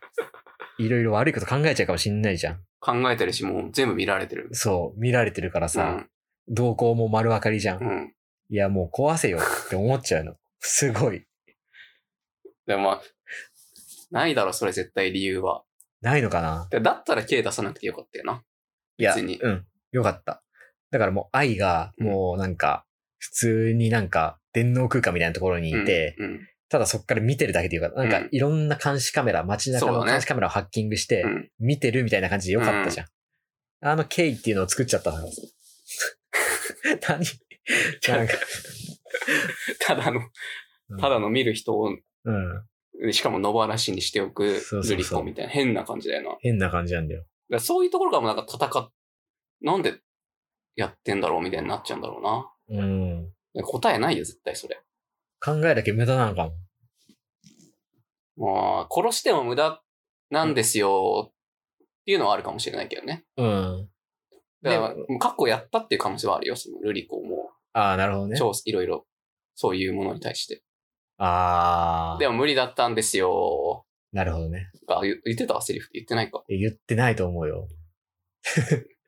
S2: いろいろ悪いこと考えちゃうかもしんないじゃん。
S1: 考えてるし、もう全部見られてる。
S2: そう、見られてるからさ、動向も丸分かりじゃ。
S1: うんん。
S2: いや、もう壊せよって思っちゃうの。 すごい。
S1: でもまあ、ないだろ、それ絶対理由は。
S2: ないのかな
S1: でだったら K 出さなくてよかったよな。
S2: いや、
S1: 別に
S2: うん。よかった。だからもう愛が、もうなんか、普通になんか、電脳空間みたいなところにいて、
S1: うん。
S2: ただそっから見てるだけでよかった。なん
S1: う
S2: か
S1: ん、
S2: いろんな監視カメラ、街中
S1: そう
S2: の
S1: だね
S2: 監視カメラをハッキングして
S1: う、ん。
S2: 見てるみたいな感じでよかったじゃん。あの経緯っていうのを作っちゃっ たのよ。 何なんか、
S1: ただの、ただの見る人を、
S2: うん。
S1: しかも野放しにしておく
S2: そうそうそう
S1: ルリコみたいな変な感じだよな。だか
S2: 変な感じなんだよ。
S1: らそういうところからもなんか戦っ、なんでやってんだろうみたいになっちゃうんだろうな。
S2: うん。
S1: 答えないよ、絶対それ。
S2: 考えだけ無駄なのか
S1: ま
S2: も。
S1: あ、殺しても無駄なんですよ、っていうのはあるかもしれないけどね。
S2: うん。
S1: だから
S2: で、
S1: 過去やったっていう可能性はあるよ、そのルリコも、
S2: ああ、なるほどね。
S1: 超いろいろ、そういうものに対して。
S2: ああ
S1: で。も無理だったんですよ、
S2: なるほどね。
S1: が言言ってたセリフって言ってないか。
S2: え言ってないと思うよ。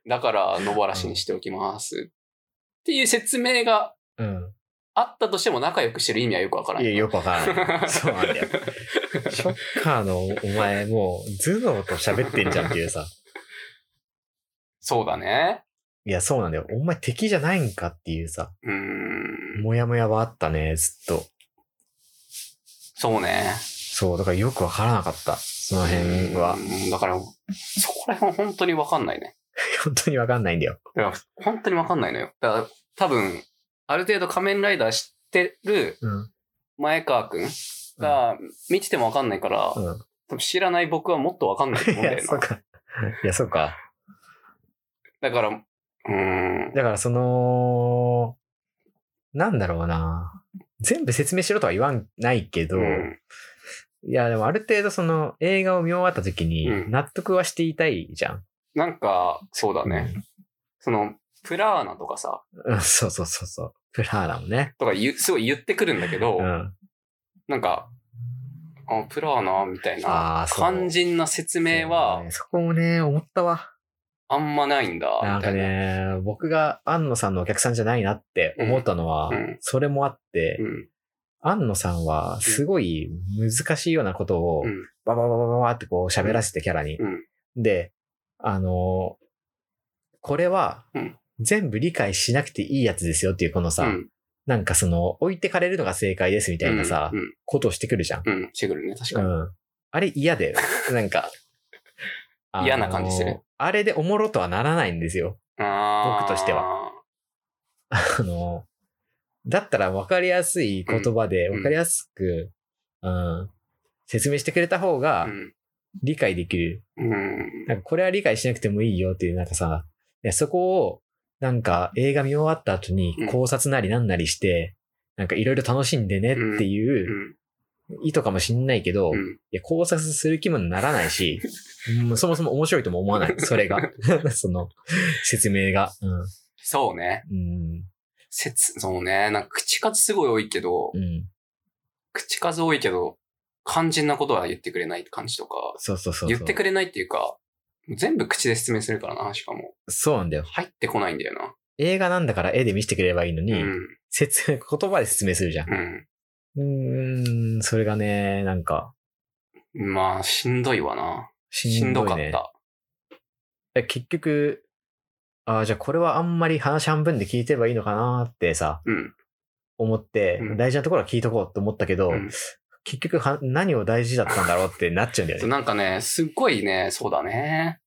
S1: だから、野晴らしにしておきます。っていう説明が
S2: うん。
S1: あったとしても仲良くしてる意味はよくわからないい。
S2: や、よくわから ない。そうなんだよ。ショッカーのお前もう頭脳と喋ってんじゃんっていうさ。
S1: そうだね。
S2: いや、そうなんだよ。お前敵じゃないんかっていうさ。
S1: うーん。
S2: もやもやはあったね、ずっと。
S1: そうね。
S2: そう、だからよくわからなかった。その辺は
S1: う。んだから、そこら辺は本当にわかんないね。
S2: 本当にわかんないんだよ。
S1: 本当にわかんないのよ。だから、多分、ある程度仮面ライダー知ってる
S2: うん。
S1: 前川くんが見ててもわかんないから、
S2: うん。
S1: 多分知らない僕はもっとわかんないと思う
S2: い
S1: んだ
S2: や、
S1: よ
S2: そう
S1: な。
S2: か。いや、そうか。
S1: だから、うーん。
S2: だからその、なんだろうな。全部説明しろとは言わんないけど、
S1: うん
S2: いや、でもある程度その映画を見終わった時
S1: う
S2: に
S1: ん
S2: 納得はしていたいじゃん。
S1: なんか、そうだね。その、プラーナとかさ、
S2: うん、そうそうそうそう。プラーナもね。
S1: とか言うすごい言ってくるんだけど、
S2: うん。
S1: なんか、あ、プラーナみたいな、
S2: ああ、そう。
S1: 肝心な説明は
S2: そうね、そこもね、思ったわ。
S1: あんまないんだ、
S2: な
S1: み
S2: ん
S1: た
S2: か
S1: いな。
S2: ね、僕が安野さんのお客さんじゃないなって思ったのは
S1: うんうん、
S2: それもあって
S1: う、ん。
S2: 安野さんはすごい難しいようなことを
S1: うん、
S2: ババババババってこう喋らせてキャラに
S1: う。ん。
S2: で、あのー、これは
S1: うん
S2: 全部理解しなくていいやつですよっていうこの
S1: う
S2: さ、
S1: ん。
S2: なんかその置いてかれるのが正解ですみたいなさ
S1: う、ん。
S2: ことをしてくるじゃん。
S1: うん。してくるね、確
S2: う
S1: かに。
S2: ん。あれ嫌だよ。なんか。あのー
S1: 嫌な感じする。
S2: あれでおもろとはならないんですよ。
S1: あー
S2: 僕としては。あの、だったら分かりやすい言葉で、
S1: うん
S2: 分かりやすく、うん、説明してくれた方が
S1: うん。
S2: 理解できる。
S1: うん。
S2: なんかこれは理解しなくてもいいよっていう、なんかさ、いやそこを、なんか映画見終わった後に
S1: うん
S2: 考察なりなんなりして、なんかいろいろ楽しんでねっていう意図かもしんないけど、
S1: う
S2: い
S1: ん。
S2: や考察する気もならないし、うんそもそも面白いとも思わない。そ れが。その、説明が。うん。
S1: そうね。
S2: うん。
S1: 説、そうね。なんか口数すごい多いけど
S2: う、ん。
S1: 口数多いけど、肝心なことは言ってくれない感じとか、
S2: そうそうそうそう。
S1: 言ってくれないっていうか、全部口で説明するからな、しかも。
S2: そうなんだよ。
S1: 入ってこないんだよな。
S2: 映画なんだから絵で見せてくれればいいの
S1: う
S2: に、
S1: ん。
S2: 説明、言葉で説明するじゃん。
S1: うん。
S2: うーん、それがね、なんか、
S1: まあ、しんどいわな。
S2: し
S1: し
S2: ん
S1: ん
S2: ど
S1: ど
S2: い
S1: かっ
S2: ね。
S1: た。
S2: え結局、ああ、じゃあこれはあんまり話半分で聞いてればいいのかなってさ、
S1: うん。
S2: 思って、
S1: うん
S2: 大事なところは聞いとこうと思ったけど、
S1: うん
S2: 結局は何を大事だったんだろうってなっちゃうんだよね。
S1: なんかね、すっごいね、そうだね。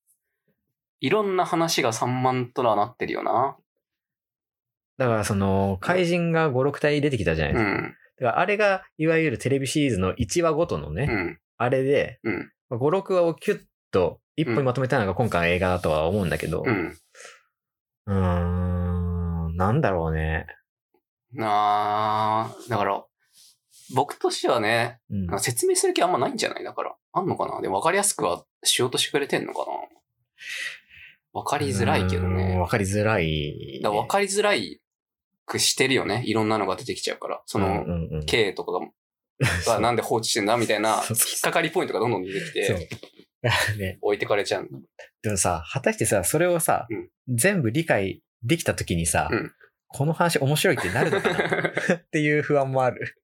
S1: いろんな話が散漫とはなってるよな。
S2: だからその、怪人が5、6体出てきたじゃないうですか。
S1: ん。
S2: だからあれが、いわゆるテレビシリーズの1話ごとのね、
S1: うん。
S2: あれで、
S1: うん
S2: まあ5、6話をキュッと一本にまとめたのが今回の映画だとは思うんだけど、
S1: うん。
S2: うーん、なんだろうね。
S1: なあ、だから、僕としてはね、
S2: うん、
S1: 説明する気あんまないんじゃないだから。あんのかなで、わかりやすくはしようとしてくれてんのかなわかりづらいけど
S2: うーん
S1: ね
S2: わ。かりづらい。
S1: だからわかりづらいくしてるよね。いろんなのが出てきちゃうから。そ
S2: うん
S1: の
S2: う、んうん
S1: 経営とか ががなんで放置してんだみたいな、
S2: そうそうそう
S1: 引っかかりポイントがどんどん出てき
S2: そう
S1: て、
S2: ね、
S1: 置いてかれちゃうんだ。
S2: でもさ、果たしてさ、それをさ、
S1: うん
S2: 全部理解できたときにさ、
S1: うん
S2: この話面白いってなるのかなっていう不安もある。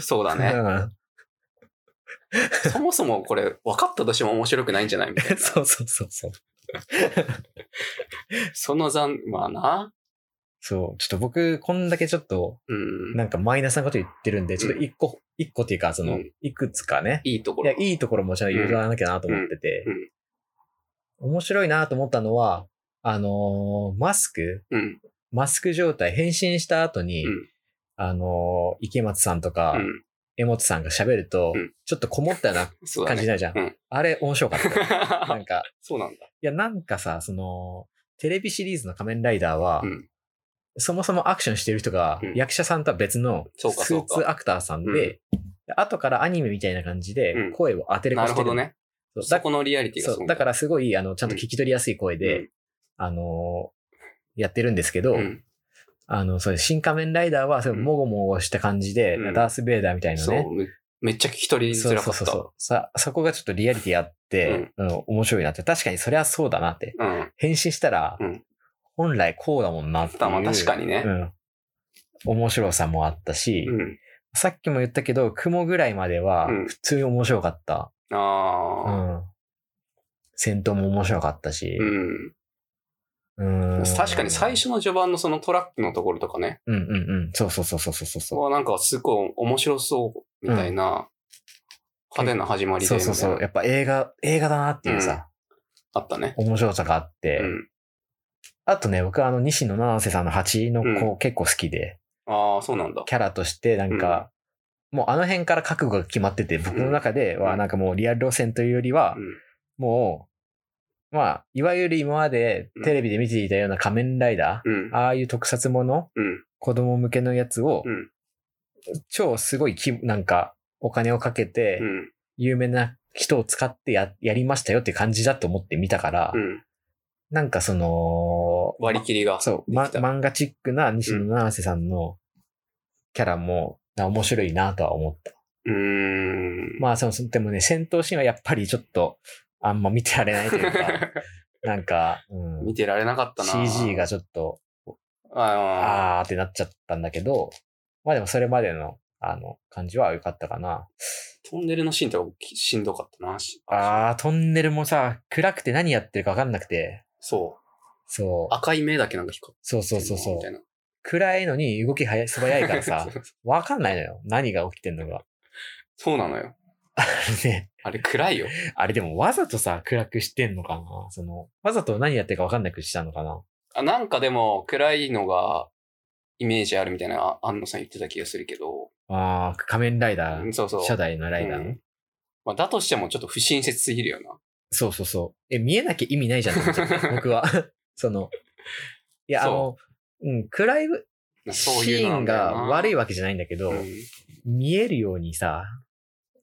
S1: そうだ ね。そもそもこれ、分かったとしても面白くないんじゃないみたい
S2: うん
S1: な。
S2: そうそうそうそう。
S1: その残、まあな。
S2: そう。ちょっと僕、こんだけちょっと、
S1: うん。
S2: なんかマイナスなこと言ってるんで、ちょっと一個、一個っていうか、そうの
S1: ん、
S2: いくつかね、
S1: いいとこ
S2: いや
S1: ろ。、
S2: いいところもちろん言わなきゃなと思ってて、
S1: うんうん
S2: 面白いなと思ったのは、あのーマスク、
S1: うん。
S2: マスク状態、変身した後に、
S1: うん
S2: あのー池松さんとか、
S1: うん。
S2: 江本さんが喋ると、
S1: うん
S2: ちょっとこもったような
S1: そうだ
S2: 感じ
S1: ね。
S2: になるじゃん。
S1: うん
S2: あれ面白 かった。なんか、
S1: そうなんだ。
S2: いや、なんかさ、その、テレビシリーズの仮面ライダーは、
S1: うん
S2: そもそもアクションしてる人が、
S1: うん
S2: 役者さんとは別の
S1: そうか
S2: ス
S1: そ
S2: ー
S1: うか
S2: ツアクターさんで、で後からアニメみたいな感じ
S1: う
S2: で
S1: ん
S2: 声を当てれ
S1: な
S2: こ
S1: る
S2: して
S1: ほど
S2: る。
S1: ね。
S2: そう
S1: そ
S2: だ
S1: このリアリティがす
S2: そ
S1: ご
S2: う
S1: い。
S2: だからすごい、あの、ちゃんと聞き取りやすい声で、あのーやってるんですけど、
S1: うん、うん
S2: あの、そうです新仮面ライダーは、そう
S1: うん
S2: もごもごした感じで、
S1: うん
S2: ダース・ベイダーみたいな
S1: そ
S2: ね
S1: う。。めめっちゃ聞き取り
S2: そ
S1: づ
S2: う
S1: ら
S2: そ
S1: か
S2: う
S1: っ
S2: そ
S1: た。
S2: うそう。さ、そこがちょっとリアリティあって、うん、面白いなって。確かにそりゃそうだなって。
S1: うん。
S2: 変身したら、
S1: うん
S2: 本来こうだもんなっていう。
S1: まあまあ確かにね
S2: う。ん。面白さもあったし、
S1: うん。
S2: さっきも言ったけど、雲ぐらいまでは
S1: うん
S2: 普通に面白かった。う
S1: ああ。
S2: ん。戦闘も面白かったし。
S1: うん。
S2: うん。
S1: 確かに最初の序盤のそのトラックのところとかね。
S2: うんうんうん。そうそうそうそうそうそう。
S1: はなんかすごい面白そうみたいな派手な始まりで
S2: そう
S1: みた
S2: そ
S1: い
S2: うそう。や
S1: な
S2: っぱ映画、映画だなっていうさ、
S1: あったね。
S2: 面白さがあって。
S1: うん。
S2: あとね、僕はあの、西野七瀬さんの蜂の
S1: う
S2: 子結構好きで、
S1: ああ、そうなんだ。
S2: キャラとしてなんか、もうあの辺から覚悟が決まってて、僕の中で
S1: う
S2: は
S1: ん
S2: なんかもうリアル路線というよりは
S1: う、ん。
S2: もう、まあ、いわゆる今までテレビで見ていたような仮面ライダ
S1: うん
S2: ー、。ああいう特撮もの、
S1: うん。
S2: 子供向けのやつを
S1: う、ん。
S2: 超すごいき、なんか、お金をかけて
S1: う、ん。
S2: 有名な人を使ってや、やりましたよって感じだと思って見たから
S1: う、ん。
S2: なんかその、
S1: 割り切りが。
S2: そう、ま、
S1: できた
S2: 漫画チックな西野七瀬さんのキャラも、な面白いなとは思った。
S1: うーん。
S2: まあ、その、そのでもね、戦闘シーンはやっぱりちょっと、あんま見てられないとい うか、なんか、う ん
S1: 見てられなかったな。
S2: CG が。ちょっと、
S1: あ
S2: あーってなっちゃったんだけど、まあでもそれまでの、あの、感じは良かったかな。
S1: あ。トンネルのシーンとかきしんどかったな。し
S2: あー、トンネルもさ、暗くて何やってるか分かんなくて、
S1: そう。
S2: そう、
S1: 赤い目だけなんか光っ
S2: そうそ
S1: て
S2: う
S1: る
S2: そうそ。
S1: みたいうな。
S2: 暗いのに動き早い、素早いからさ
S1: 、そう
S2: 分かんないのよ。何が起きてんのか。
S1: そうなのよ。
S2: ね。
S1: あれ暗いよ。
S2: あれでもわざとさ、暗くしてんのかなその、わざと何やってるか分かんなくしたのかな
S1: あなんかでも暗いのがイメージあるみたいなあ安野さん言ってた気がするけど。
S2: ああ、仮面ライダ
S1: うん
S2: ー、
S1: そうそう。
S2: 初代のライダーの、
S1: うんまあ、だとしてもちょっと不親切すぎるよな。
S2: そうそうそう。え、見えなきゃ意味ないじゃんと思っち ゃった、僕は。 その、いや、あの
S1: そ、
S2: うん、暗い
S1: そう
S2: シ
S1: いうの
S2: ー
S1: な
S2: ン
S1: んだよ
S2: が
S1: な
S2: 悪いわけじゃないんだけど、
S1: うん
S2: 見えるようにさ、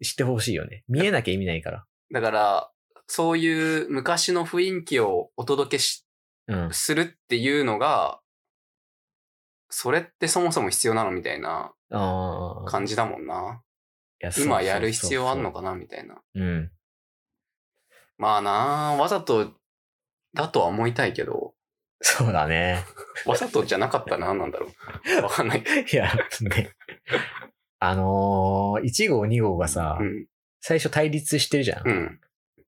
S2: してほしいよね。見えなきゃ意味ないから。
S1: だから、そういう昔の雰囲気をお届けし
S2: うん。
S1: するっていうのが、それってそもそも必要なのみたいな
S2: ああ。
S1: 感じだもんな。
S2: いやそうそうそう
S1: 今
S2: そう
S1: やる必要あんのかなみたいな。
S2: うん。
S1: まあなあ、わざとだとは思いたいけど、
S2: そうだね。
S1: わざとじゃなかった ら何なんだろう。わかんない。
S2: いや、ね。あのー、1号2号がさ、
S1: うん。
S2: 最初対立してるじゃん。
S1: うん。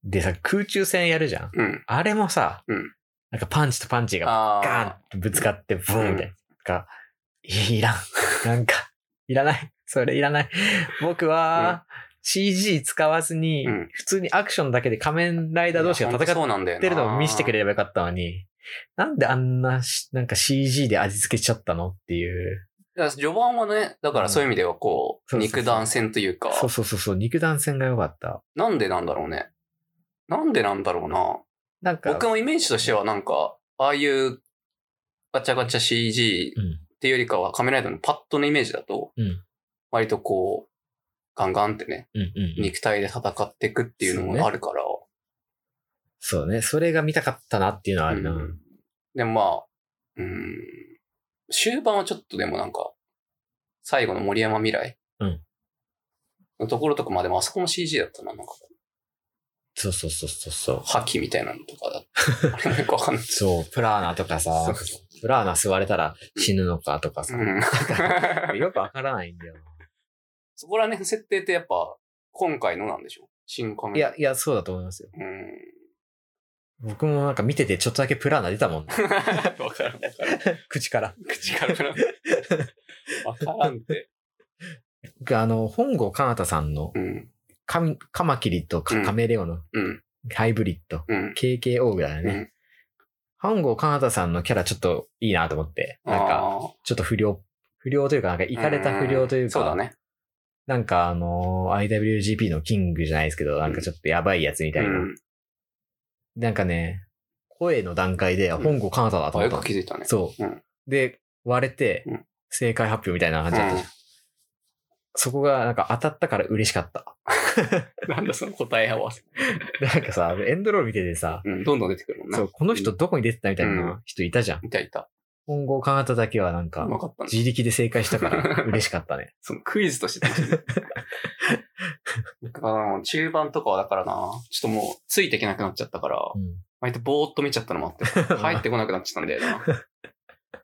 S2: でさ、空中戦やるじゃん。
S1: うん。
S2: あれもさ、
S1: うん
S2: なんかパンチとパンチが
S1: あ
S2: ガーン
S1: あ。
S2: ってぶつかって、ブーンみたい
S1: うん
S2: な。が、いらん。 なんか、いらない。それいらない。僕は、CG 使わずに、
S1: うん
S2: 普通にアクションだけで仮面ライダー同士が戦
S1: そう
S2: っ
S1: なんだよな
S2: てるのを見せてくれればよかったのに、なんであんなし、なんか CG で味付けしちゃったのっていう。
S1: だから序盤はね、だからそういう意味ではこう、
S2: うんそうそうそう
S1: 肉弾戦というか、
S2: そうそうそうそう、肉弾戦が良かった。
S1: なんでなんだろうね。なんでなんだろうな。
S2: なんか、
S1: 僕のイメージとしてはなんか、ああいうガチャガチャ CG
S2: うん
S1: っていうよりかは、カメライダーのパッドのイメージだと
S2: うん、
S1: 割とこう、ガンガンってね、
S2: うんうんうん。
S1: 肉体で戦っていくっていうの
S2: そうね
S1: もあるから。
S2: そうね、それが見たかったなっていうのはあるな。
S1: うんでもまあ、うん、終盤はちょっとでもなんか、最後の森山未来
S2: うん
S1: のところとかまあでもあそこも CG だったな、なんか、
S2: そうそうそうそうそう。
S1: 覇気みたいなのとかだあれもよくわかんない。
S2: そう、プラーナとか
S1: そ
S2: さ
S1: う、そう
S2: プラーナ座れたら死ぬのかとかさ、
S1: うん
S2: よくわからないんだよな。
S1: そこら辺の設定ってやっぱ、今回のなんでしょう新仮面。
S2: いや、、いや、そうだと思いますよ。
S1: うん。
S2: 僕もなんか見ててちょっとだけプラーナ出たも ん、ね、
S1: わからん、わからん。
S2: 口から。
S1: 口からくなって。わからんって。
S2: 僕あの、本郷奏太さんの
S1: うん。
S2: カミ、カマキリと
S1: う
S2: カ
S1: ん
S2: カメレオの
S1: うん。
S2: ハイブリッド、
S1: うん。
S2: KKO ぐら
S1: う
S2: いだね。
S1: ん。
S2: 本郷奏太さんのキャラちょっといいなと思って、なんか、
S1: あ
S2: ちょっと不良、不良というか、なんか、い
S1: ー、
S2: かれた不良というか、
S1: んそうだね。
S2: なんかあの、IWGP のキングじゃないですけど、なんかちょっとやばいやつみたいな。
S1: うん
S2: なんかね、声の段階で、あ
S1: うん
S2: 本郷カナダだと
S1: あ
S2: 思
S1: よ
S2: った
S1: く
S2: の
S1: 気づいたね。
S2: そう
S1: うん。
S2: で、割れて
S1: うん、
S2: 正解発表みたいな感じだったじゃん。そこがなんか当たったから嬉しかった。
S1: なんだその答え合わせ。
S2: なんかさ、エンドロール見ててさ、
S1: うん、どんどん出てくるもんな。
S2: そう、この人
S1: うん、
S2: どこに出てたみたいな人いたじゃん。
S1: いたいた。
S2: 今後考えただけはなんか
S1: う、まかったね。
S2: 自力で正解したから嬉しかったね。
S1: そのクイズとして楽しいね。うん中盤とかはだからな、ちょっともうついていけなくなっちゃったから、
S2: うん、
S1: 割とぼーっと見ちゃったのもあって、入ってこなくなっちゃったんだよな。い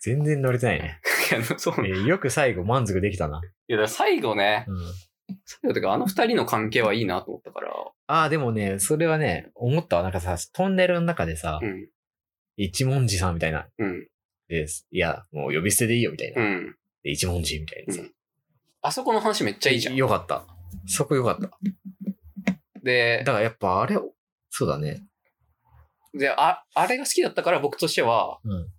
S2: 全然乗れてな いね。
S1: や、そう
S2: えーよく最後満足できたな。
S1: いや、だから最後ね、
S2: うん、
S1: 最後とかあの二人の関係はいいなと思ったから、
S2: ああ、でもね、それはね、思ったわ。なんかさ、トンネルの中でさ、
S1: うん、
S2: 一文字さんみたいな。
S1: うん、
S2: です。いや、もう呼び捨てでいいよみたいうな。
S1: ん。
S2: で一文字みたいなさ。
S1: うんあそこの話めっちゃいいじゃん。
S2: よかった。そこよかった。
S1: で
S2: だ、からやっぱあれ、そうだね。
S1: で、あ、あれが好きだったから僕としては、
S2: うん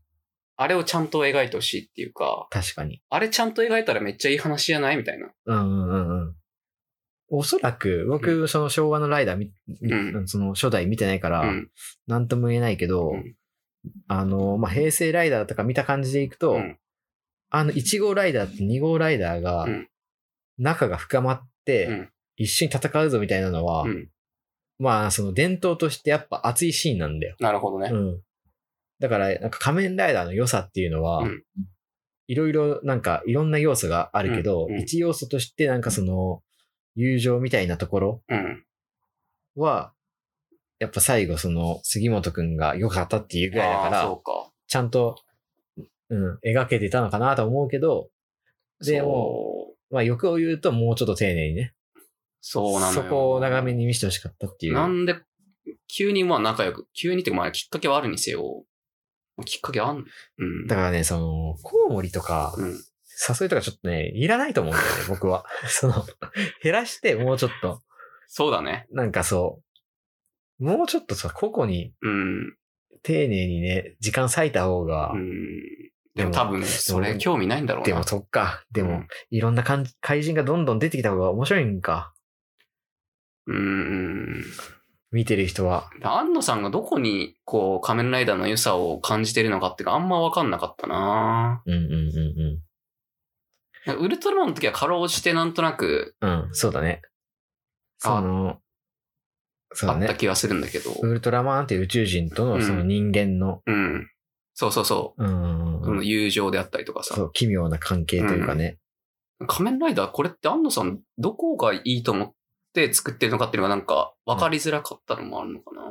S1: あれをちゃんと描いてほしいっていうか、
S2: 確かに。
S1: あれちゃんと描いたらめっちゃいい話じゃないみたいな。
S2: うんうんうんうん。おそらく、
S1: う
S2: 僕、その昭和のライダーみ、
S1: う
S2: その初代見てないから、
S1: うん。
S2: なんとも言えないけど、
S1: うん
S2: あの、まあ、平成ライダーとか見た感じでいくと、
S1: うん
S2: あの、1号ライダーと2号ライダーが
S1: うん、
S2: 仲が深まって、
S1: うん
S2: 一緒に戦うぞみたいなのは、
S1: うん。
S2: まあ、その伝統としてやっぱ熱いシーンなんだよ。
S1: なるほどね
S2: う。ん。だから、なんか仮面ライダーの良さっていうのは、
S1: うん
S2: いろいろ、なんか、いろんな要素があるけど、
S1: うんうん
S2: 一要素として、なんかその、友情みたいなところ
S1: うん。
S2: は、やっぱ最後、その、杉本くんが良かったっていうぐらいだか
S1: あー
S2: ら
S1: そ、うか。
S2: ちゃんと、うん、描けてたのかなと思うけど、でも、
S1: そう
S2: まあ、欲を言うともうちょっと丁寧にね、
S1: そうなのよ。
S2: こを長めに見せてほしかったっていう。
S1: なんで、急にまあ仲良く、急にっていうかまあきっかけはあるにせよ、きっかけあん、うん。
S2: だからね、その、コウモリとか、
S1: うん。
S2: 誘いとかちょっとね、いらないと思うんだよ ね、僕は。その、減らしてもうちょっと、
S1: そうだね。
S2: なんかそう、もうちょっとさ、個々に
S1: うん。
S2: 丁寧にね、時間割いた方が、
S1: うん。でも多分、それ興味ないんだろうな。
S2: でもそっか、でも、
S1: うん
S2: いろんな感じ怪人がどんどん出てきた方が面白いんか、
S1: うん。
S2: 見てる人は。
S1: 安野さんがどこに、こう、仮面ライダーの良さを感じてるのかっていうか、あんまわかんなかったな
S2: うんうんうん
S1: なんかウルトラマンの時はかろうじてなんとなく
S2: うん。うん、そうだね。
S1: あ
S2: その、そう
S1: あ
S2: だ
S1: った
S2: ね。
S1: 気はするんだけど。
S2: ウルトラマンっていう宇宙人と
S1: うん
S2: のその人間の、
S1: うん。そうそうそ
S2: うん
S1: う。その友情であったりとか
S2: そ
S1: さ。
S2: う、奇妙な関係というかね。
S1: 仮面ライダー、これって安野さん、どこがいいと思って作ってるのかっていうのがなんか、わかりづらかったのもあるのかな、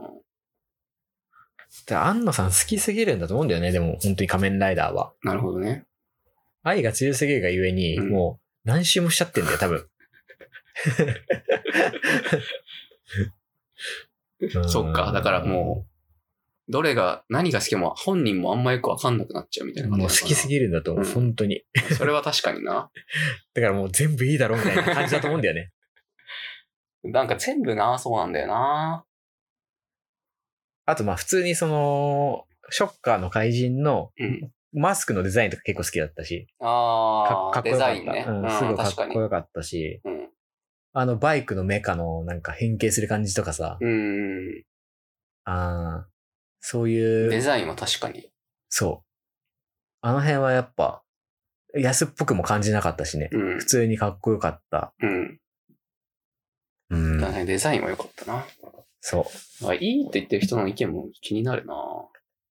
S2: で、安野さん好きすぎるんだと思うんだよね、でも、本当に仮面ライダーは。
S1: なるほどね。
S2: 愛が強すぎるがゆえに、
S1: うん
S2: もう、何周もしちゃってんだよ、多分。
S1: そっか。だからもう、どれが、何が好きも、本人もあんまよくわかんなくなっちゃうみたいな
S2: も
S1: 感
S2: う
S1: じ
S2: 好きすぎるんだと思う、
S1: うん
S2: 本当に。
S1: る。それは確かにな。
S2: だからもう全部いいだろ、みたいな感じだと思うんだよ ね。
S1: なんか全部な、そうなんだよな。
S2: あと、まあ、普通にその、ショッカーの怪人の
S1: うん。
S2: マスクのデザインとか結構好きだったし、
S1: ああ、
S2: かかっこ
S1: デ
S2: よか
S1: ザ
S2: っ
S1: インね。
S2: た。
S1: う、
S2: うんん、すごいか
S1: 確か
S2: っ
S1: に
S2: こ。よかったし、
S1: うん。
S2: あの、バイクのメカのなんか変形する感じとかさ、
S1: うん。
S2: あーそういう。
S1: デザインは確かに。
S2: そう。あの辺はやっぱ、安っぽくも感じなかったしね。
S1: うん
S2: 普。通にかっこよかった。
S1: うん。
S2: うん
S1: だね、デザインは良かったな。
S2: そう。
S1: あ、いいって言ってる人の意見も気になるな。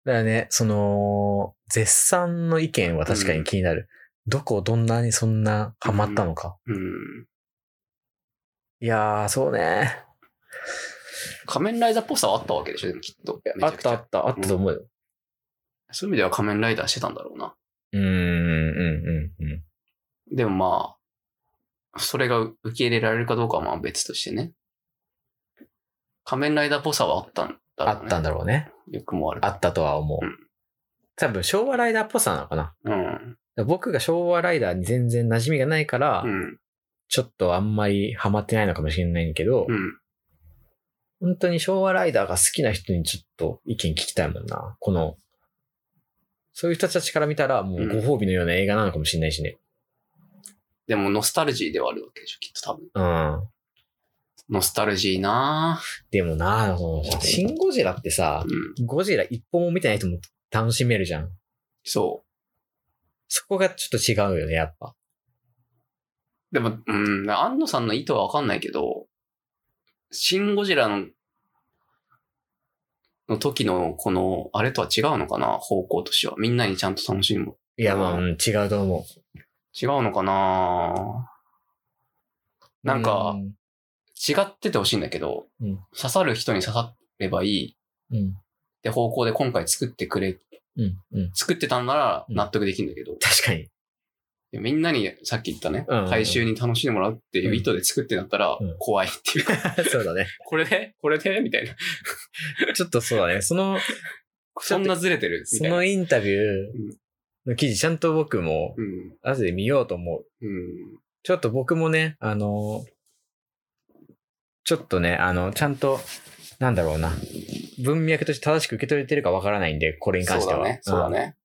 S2: だからね、その、絶賛の意見は確かに気になる。どこをどんなにそんなハマったのか。
S1: うん。
S2: いやー、そうね。
S1: 仮面ライダーっぽさはあったわけでしょ、でもきっと。いやめ
S2: あ
S1: ち
S2: っ
S1: ゃくちゃ
S2: たあった、あったと思うよ。
S1: そういう意味では仮面ライダーしてたんだろうな。
S2: うん、うん、うん、うん。
S1: でもまあ、それが受け入れられるかどうかはまあ別としてね。仮面ライダーっぽさはあったんだ
S2: あ
S1: ろうね。
S2: ったんだろうね。
S1: よくもある。
S2: あったとは思う
S1: うん。
S2: 多分、昭和ライダーっぽさなのかな。
S1: うん。
S2: 僕が昭和ライダーに全然馴染みがないから、
S1: うん。
S2: ちょっとあんまりハマってないのかもしれないけど、
S1: うん。
S2: 本当に昭和ライダーが好きな人にちょっと意見聞きたいもんな。この、そういう人たちから見たらもうご褒美のような映画なのかもしれないしね。
S1: でもノスタルジーではあるわけでしょ、きっと多分。
S2: うん。
S1: ノスタルジーなぁ
S2: でもな、そのシン・ゴジラってさ、
S1: うん。
S2: ゴジラ一本も見てない人も楽しめるじゃん。
S1: そ
S2: そこがちょっと違うよね、やっぱ。
S1: でも、うん、安野さんの意図はわかんないけど、シン・ゴジラの、の時のこの、あれとは違うのかな方向としては。みんなにちゃんと楽しむ。
S2: いや、まあ、うん違うと思
S1: 違うのかな
S2: う。
S1: なんか
S2: うん、
S1: 違っててほしいんだけど、
S2: うん
S1: 刺さる人に刺さればいい
S2: うん、
S1: って方向で今回作ってくれ、
S2: うん、うん。
S1: 作ってたんなら
S2: うん
S1: 納得できるんだけど、
S2: 確 かに。
S1: でみんなにさっき言ったね、
S2: うんうんうん
S1: 大衆に楽しんでもらうっていう意図で作ってなったら
S2: うん
S1: 怖いっていうか、
S2: そうだね。
S1: これでこれでみたいな。
S2: ちょっとそう だね。その、
S1: そんなずれてるみ
S2: そ
S1: たいな。
S2: のインタビューの記事、ちゃんと僕も
S1: うん。
S2: 後で見ようと思う。
S1: うん。
S2: ちょっと僕もね、あの、ちょっとね、あの、ちゃんと、なんだろうな、文脈として正しく受け取れてるかわからないんで、これに関して
S1: そう
S2: は。
S1: だね。そうだね。